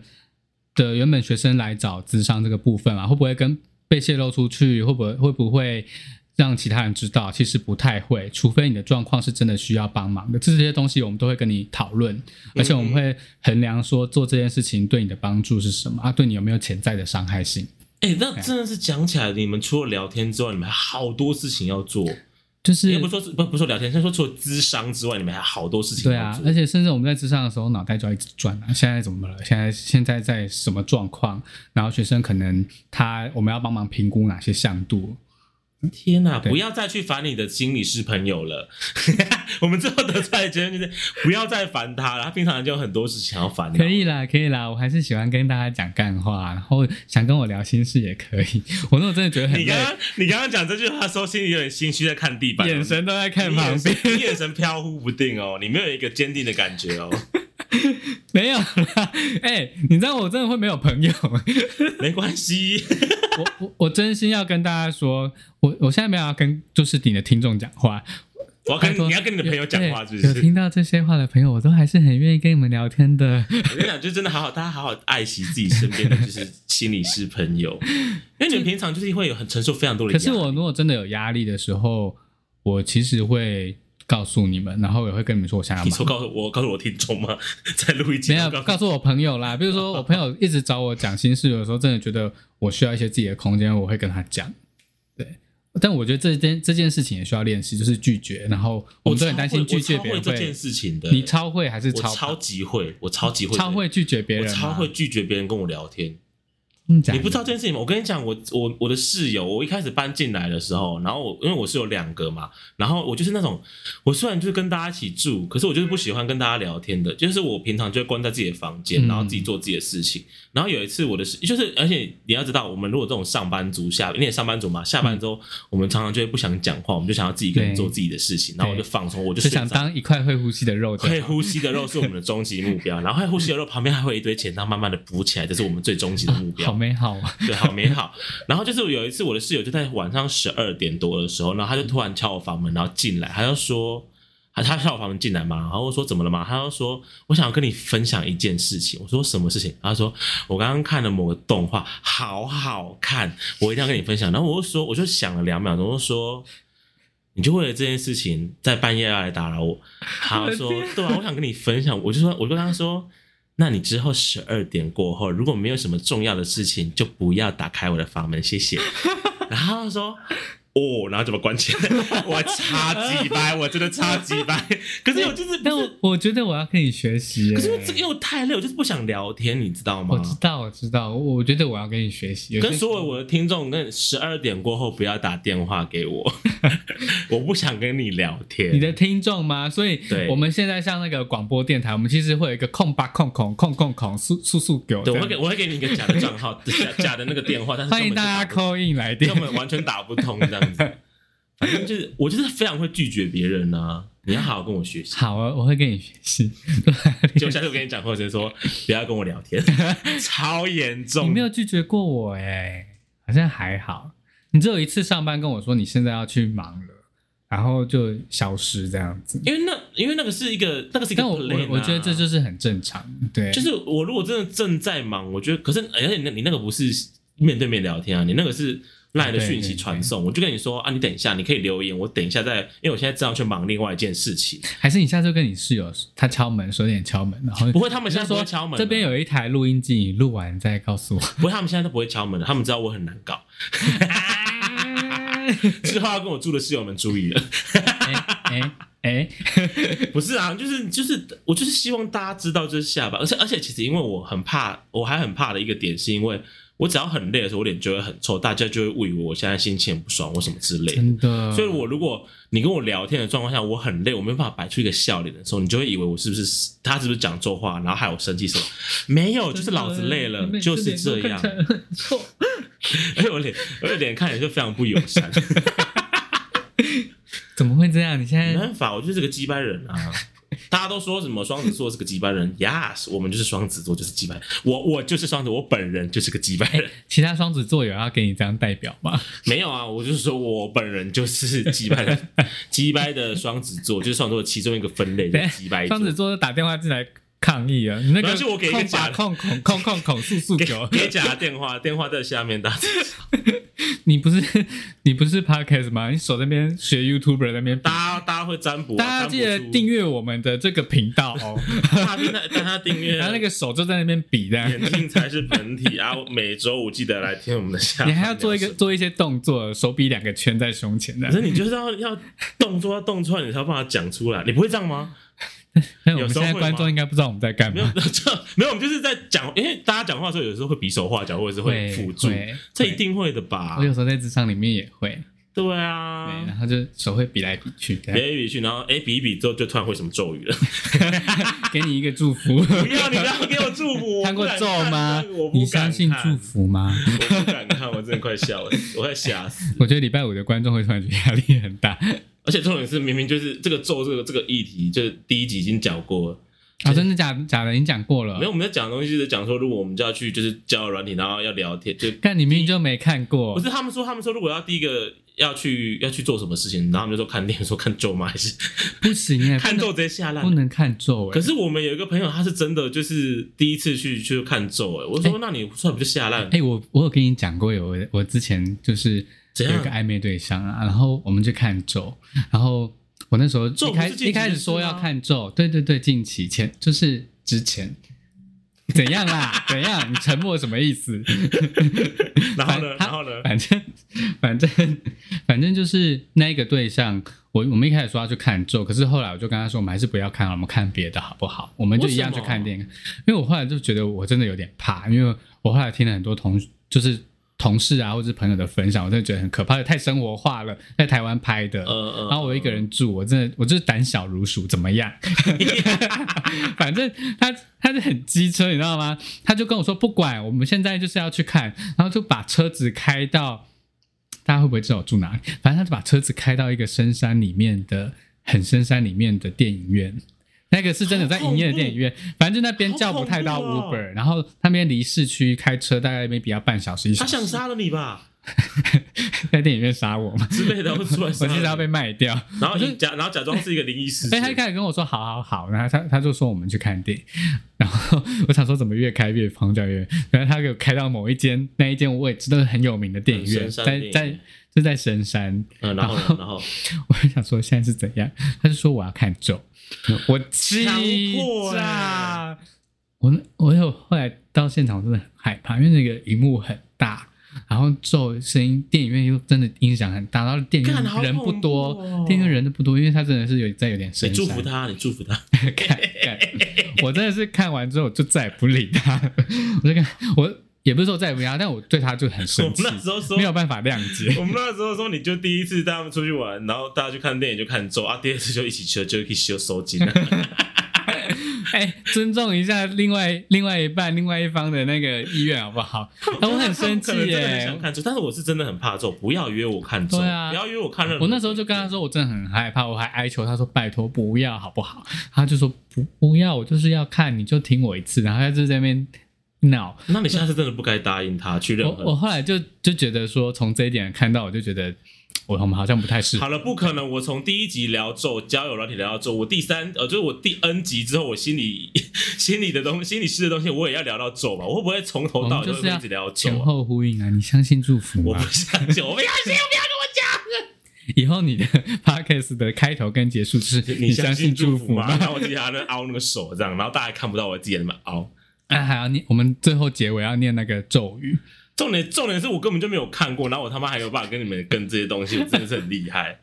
的原本学生来找智商这个部分啊，会不会跟被泄露出去？会不会会不会让其他人知道？其实不太会，除非你的状况是真的需要帮忙的。这些东西我们都会跟你讨嗯论，而且我们会衡量说做这件事情对你的帮助是什么啊，对你有没有潜在的伤害性。哎、啊那真的是讲起来，你们除了聊天之外，你们还好多事情要做。就是也不是说不不是说聊天，先说除了智商之外，你们还好多事情对要啊做。，而且甚至我们在智商的时候，脑袋就要一直转啊。现在怎么了？现在现在在什么状况？然后学生可能他我们要帮忙评估哪些向度，天哪、对不要再去烦你的心理师朋友了。我们最后得出来的结论就是不要再烦他了，他平常就有很多事情要烦你。可以啦，可以啦，我还是喜欢跟大家讲干话，然后想跟我聊心事也可以。 我那我真的觉得很你刚累，刚你刚刚讲这句话的时候，心里有点心虚，在看地板，眼神都在看你眼旁神边，你眼神飘忽不定哦，你没有一个坚定的感觉哦。没有啦。 哎、你知道我真的会没有朋友， 没关系，我我我真心要跟大家说，我我现在没有要跟就是你的听众讲话，我 要跟拜托你要跟你的朋友讲话，是对不有是？听到这些话的朋友，我都还是很愿意跟你们聊天 的。我跟你讲，就真的好好，大家好好爱惜自己身边的就是心理师朋友，因为你们平常就是会有很承受非常多的可压力。是我如果真的有压力的时候，我其实会告诉你们，然后也会跟你们说我想要你忙说。告诉我告诉我听众吗？在录一集没有告诉告诉我 朋友啦，比如说我朋友一直找我讲心事，有时候真的觉得我需要一些自己的空间，我会跟他讲。对，但我觉得这件这件事情也需要练习，就是拒绝。然后我我们都很超担会心拒绝我超别人会这件会，事情的。欸你超会还是我超超级会，我超级会超会拒绝别我人吗？啊超会拒绝别人跟我聊天。真的假的，你不知道这件事情吗？我跟你讲，我我我的室友，我一开始搬进来的时候，然后我因为我是有两个嘛，然后我就是那种，我虽然就是跟大家一起住，可是我就是不喜欢跟大家聊天的，就是我平常就会关在自己的房间，嗯然后自己做自己的事情。然后有一次我的室，就是而且你要知道，我们如果这种上班族下，你也上班族嘛，下班之后、我们常常就会不想讲话，我们就想要自己一个人嗯对做自己的事情，然后我就放松，我就只睡想着。当一块会呼吸的肉就好会呼吸的肉是我们的终极目 标，然后会呼吸的肉旁边还会有一堆钱，它慢慢的补起来，这是我们最终极的目标。好美 好啊！对，好美好。然后就是有一次，我的室友就在晚上十二点多的时候，然后他就突然敲我房门，然后进来，他就说，他他敲我房门进来嘛，然后我说怎么了嘛，他就说我想要跟你分享一件事情，我说什么事情？他说我刚刚看了某个动画，好好看，我一定要跟你分享。然后我就说，我就想了两秒钟，我就说。你就为了这件事情在半夜要来打扰 我，他说对啊，我想跟你分享，我就说，我就跟他说，那你之后十二点过后，如果没有什么重要的事情，就不要打开我的房门，谢 谢。然后他说。哦，然后就把关起来， 我差几百，我真的差几 百。可是我就是，但我 我觉得我要跟你学习耶。可是因为这个因为我太累，我就是不想聊天，你知道我吗？知道，我知道，我我觉得我要跟你学习。有些跟所有我的听众，跟十二点过后不要打电话给我， 我不想跟你聊天。你的听众吗？所以对我们现在像那个广播电台，我们其实会有一个空吧空空空空空速速速狗这对，我样，会给我会给你一个假的账 号，假假的那个电话，但是欢根迎本就大打家不 call in 来电根。本完全打不通这样子。反正就是我就是非常会拒绝别人啊，你要好好跟我学习。好啊，我会跟你学习。结果下次我跟你讲，或者说不要跟我聊 天，超严你重没。有拒绝过我哎、好像还好。你只有一次上班跟我说你现在要去忙了，然后就消失这样子。因为那因为那个是一个那个是一个但我我 plan 我觉得这啊就是很正常，对，就是我如果真的正在忙，我觉得可是而且你那你那个不是面对面聊天啊，你那个是赖的对讯息对传对送，我就跟你说啊，你等一下，你可以留言，我等一下再，因为我现在正要去忙另外一件事情。还是你下次跟你室友他敲门说点敲门，然后不会，他们现就在不说会敲门啊了，这边有一台录音机，你录完再 告诉我。不过他们现在都不会敲门了，他们知道我很难搞。 之后要跟我住的室友们注意了。 哎哎哎，不是啊，就是就是，我就是希望大家知道这是下巴，而且而且，其实因为我很怕，我还很怕的一个点，是因为我只要很累的时候，我脸就会很臭，大家就会误以为我现在心情很不爽或什么之类的。真的，所以，我如果你跟我聊天的状况下，我很累，我没办法摆出一个笑脸的时候，你就会以为我是不是他是不是讲错话，然后害我生气什么？没有，就是老子累了，就是这样。错， 而且我脸，而且脸看起来就非常不友善，怎么会这样？你现没在办法，我就是个鸡掰人啊。 大家都说什么双子座是个鸡掰人，yes，我们就是双子座，就是鸡掰人。我我就是双子，我本人就是个鸡掰 人。其他双子座有要给你这样代表吗？没有啊，我就是说我本人就是鸡掰人， 鸡掰的双子座就是双子座其中一个分类，哎就是鸡掰座双子座打电话进来抗议啊！你没那个关系我给一个空假吧的控控控控控速速给九， 给假的电话，电话在下面打。 你不是你不是 podcast 吗？你手那边学 YouTuber 那边比，大家 大家会占卜、啊，大家记得订阅，阅我们的这个频道哦，大家大家订阅， 然后那个手就在那边比这样。眼睛才是本体啊！每周五记得来听我们的下。你还要做一个，做一些动作，手比两个圈在胸前的可。是你就是要 要动作要动出来，你才有办法讲出来。你不会这样吗？但我有时们现候在会观吗众应该不知道我们在干没有 嘛，。这没有，我们就是在讲，因为大家讲话的时候，有时候会比手画脚，或者是辅助，会这一定会的吧我？有时候在职场里面也会，对啊对，，然后就手会比来比去，给别比去，然后哎比一比之后就突然会什么咒语了。他给你一个祝福。 不要你不要给我祝福，我 看不过敢咒看吗我？不你敢相信看祝福吗？我不敢看，我真的快笑了，我快吓死。我觉得礼拜五的观众会突然觉得压力很 大而且重点是，明明就是这个咒这个这个议题，就是第一集已经讲过了。啊！真的假的？假的？你讲过了？没有，我们在讲的东西就是讲说，如果我们就要去就是交友软体，然后要聊天，就干，你明明就没看不过，是他们说，他们说如果要第一个要去要去做什么事情，然后他们就说看电影，说看咒吗？还是不行哎，看不能咒直接吓不烂？能看咒可哎。是我们有一个朋友，他是真的就是第一次去去看咒，哎，我说那你算不就吓烂？哎，我我有跟你讲过，有我我之前就是怎有样一个暧昧对象啊，然后我们去看咒，然后我那时候咒一不是开近期的一开始说事吗要看咒，对对对，近期前就是之前。 怎样啦？怎样？你沉默什么意思？然后呢，反然后呢，反正反正 反正就是那一个对象，我我们一开始说要去看咒，可是后来我就跟他说，我们还是不要看了，我们看别的好不好？我们就一样去看电影，因为我后来就觉得我真的有点怕，因为我后来听了很多同就是同事啊或者是朋友的分享，我真的觉得很可怕，太生活化了，在台湾拍的。呃呃，然后我一个人住，我真的我就是胆小如鼠，怎么样？ 反正他他就很机车，你知道吗？他就跟我说不管，我们现在就是要去看，然后就把车子开到，大家会不会知道我住哪里？反正他就把车子开到一个深山里面的很深山里面的电影院。那个是真的在营业的电影院，反正就那边叫不太到好恐怖哦 Uber，、然后那边离市区开车大概 maybe 要半小时一小他想时，杀了你吧在电影院杀我嘛，之类的，会出来杀我你。记得要被卖掉。然后你假，然后假装是一个灵异事所件以他一，开始跟我说好好好，然后他他就说我们去看电影， 然后我想说怎么越开越荒郊越，然后他给我开到某一间那一间我也知道是很有名的电影院，嗯深山在电影在就在深山，嗯，然后呢，然 后我就想说现在是怎样，他就说我要看咒，我气强迫炸欸，我那我有后来到现场我真的很害怕，因为那个荧幕很大。然后咒声音，电影院又真的音响很大，然后电影干好院人不恐怖多，哦电影院人都不多，因为他真的是有在有点深你山。祝福他，你祝 福他。看看， 我真的是看完之后我就再也不理他了， 我就看我也不是说再也不理他，但我对他就很我生们气，那时候说没有办法谅解。我们那时候说，你就第一次带他们出去玩，然后大家去看电影就看咒啊，第二次就一起去了，就一起修收金啊了。哎、尊重一下另外另外一半、另外一方的那个意愿好不好？ 那我很生气他们可能真的很耶想！看咒，但是我是真的很怕咒，不要约我看咒，对啊不要约我看任何。我那时候就跟他说，我真的很害怕，我还哀求他说拜托不要好不好？他就说不不要，我就是要看，你就听我一次，然后他就在那边闹。那你下次真的不该答应他去任我何。我后来就就觉得说，从这一点看到，我就觉得我我们好像不太适合。好了，不可能！我从第一集聊咒，交友软体聊到咒，我第三呃，就是我第 N 集之后，我心里心里的东心里事的东西，我也要聊到咒吧？我会不会从头我到们尾都哦会就是一要直聊到咒前啊？后呼应啊！你相信祝福我吗不？相信，我不相信， 我不要跟我讲。以后你的 podcast 的开头跟结束就是你相相信祝祝福吗？ 吗？然后我自己还在那凹那个手这样，然后大家看不到我自己在那边凹。啊，还要念，我们最后结尾要念那个咒语。重点重点是我根本就没有看过，然后我他妈还有办法跟你们跟这些东西，我真的是很厉害。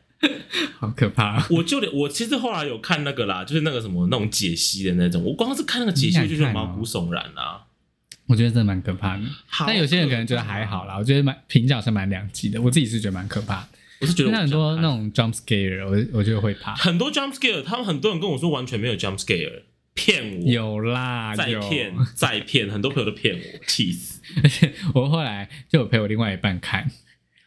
好可怕、哦！我就连我其实后来有看那个啦，就是那个什么那种解析的那种，我光是看那个解析我就觉得毛骨悚然啊啦、我觉得真的蛮可怕的，好嗯但有些人可能觉得还好啦。我觉得蛮评价是蛮两极的，我自己是觉得蛮可怕的。我是觉得那我很多不想看那种 jump scare，我我就会怕。很多 jump scare，他们很多人跟我说完全没有 jump scare，骗我，有啦，再有。骗再骗，很多朋友都骗我，气死。而且我后来就有陪我另外一半看，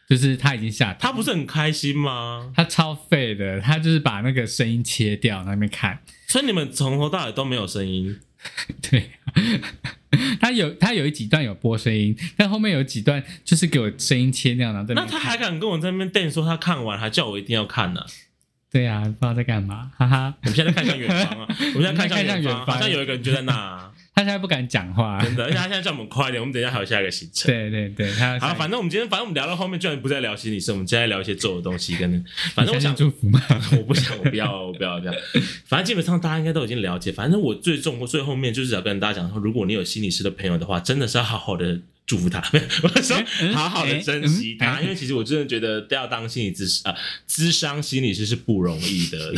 就是他已经下他不是很开心吗？他超废的，他就是把那个声音切掉，然后在那边看。所以你们从头到尾都没有声音， 对，啊他有他有一几段有播声音，但后面有几段就是给我声音切掉，然后在那边他看还敢跟我在那边 d 说他看完，还叫我一定要看呢、对啊，不知道在干嘛，哈哈。我们现在看向远方啊，我们现在看向 远我们看向远方，方好像有一个人就在那、啊，他现在不敢 讲话，真的。而且他现在叫我们快一点，我们等一下还有下一个行程。对对对，他好，反正我们今天，反正我们聊到后面，居然不再聊心理事，我们今天聊一些咒的东西， 跟反正我你想相信，祝福吗？ 我不想，我不要，我不要这样。反正基本上大家应该都已经了解。反正我最重最后面就是要跟大家讲说，如果你有心理师的朋友的话，真的是要好好的祝福他， 我说嗯好好的哎珍惜嗯他，哎因为其实我真的觉得要当心理咨师啊，咨商心理师是不容易 的。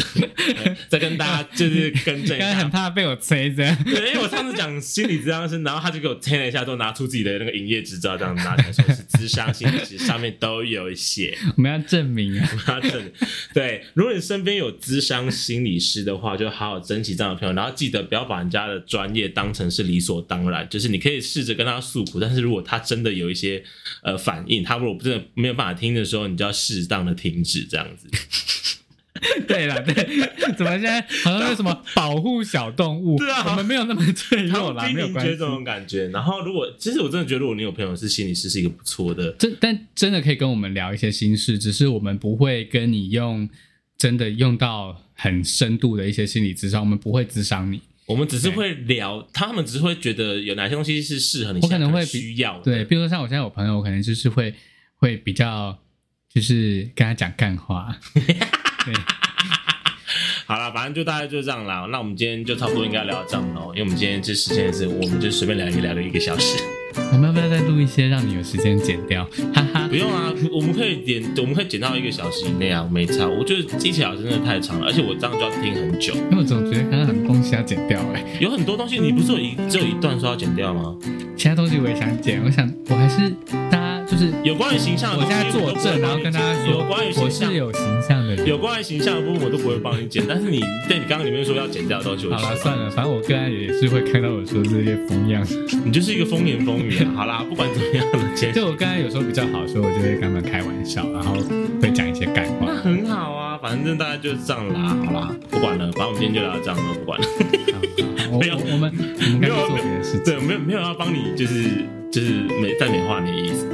再跟大家就是更正一刚才下很，怕被我催着。对，因为我上次讲心理咨商师，然后他就给我签了一下，都拿出自己的那个营业执照，这样拿起来说是咨商心理师，上面都有写。 我们要证明啊，他真的对，如果你身边有咨商心理师的话，就好好珍惜这样的朋友，然后记得不要把人家的专业当成是理所当然。就是你可以试着跟他诉苦，但是如果他真的有一些呃反应，他如果真的没有办法听的时候，你就要适当的停止这样子。对了， 对，怎么现在好像是什么保护小动物？对啊我们没有那么脆弱啦，低没有龄关觉系这。种感觉。然后如果其实我真的觉得，如果你有朋友是心理师，是一个不错的。真但真的可以跟我们聊一些心事，只是我们不会跟你用真的用到很深度的一些心理智商，我们不会智商你。我们只是会聊，他们只是会觉得有哪些东西是适合你，我可能会比需要的。对，比如说像我现在有朋友，我可能就是会会比较就是跟他讲干话，对，好啦，反正就大概就这样啦。那我们今天就差不多应该聊到这样喽，因为我们今天这时间是，我们就随便聊一聊了一个小 时。我们要不要再录一些让你有时间剪掉？哈哈不，用啊，我们可以点，我们可以剪到一个小时以内啊，没差。我觉得一小时真的太长了，而且我这样就要听很久。因为我总觉得刚刚很多东西要剪掉哎、有很多东西你不是有一只有一段说要剪掉吗？其他东西我也想剪，我想我还是大家就是有关于形象的我东现西在作证，然后跟大家有说关于我形象是。有形象的人。有关于形象的部分我都不会帮你剪，但是你对你刚刚里面说要剪掉的东西，我好就了，是算了，反正我个人也是会看到我说这些风样。你就是一个风言风语啊。 好啦，不管怎么样了，今天就我刚才有时候比较好，所以我就会跟他们开玩笑，然后会讲一些干话那。很好啊，反正大家就这样啦，好啦，不管了，反正我们今天就聊到这样了，不管了。 我 没有我我们我们该去做别的事对，情。没有没有要帮你，就是就是美在美化你的意思。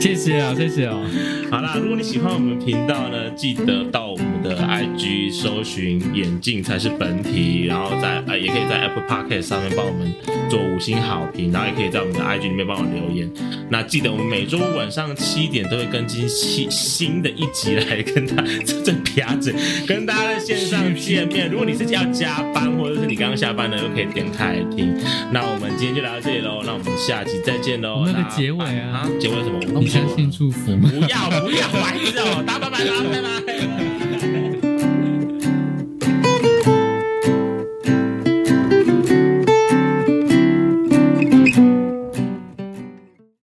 谢谢啊，谢谢哦。好啦，如果你喜欢我们频道呢，记得到我们的 IG 搜寻“眼镜才是本体”，然后在呃也可以在 Apple Podcast 上面帮我们做五星好评，然后也可以在我们的 IG 里面帮我留言。那记得我们每周五晚上七点都会更新新新的一集来跟大这这啪子跟大家在线上见面。如果你是要加班或者是你刚刚下班呢，就可以点开来听。那我们今天就聊到这里喽，那我们下期再见喽。我们有个那结尾啊结尾是什么？你相信祝福吗？不要不要，白痴哦！大家拜拜啦，拜拜。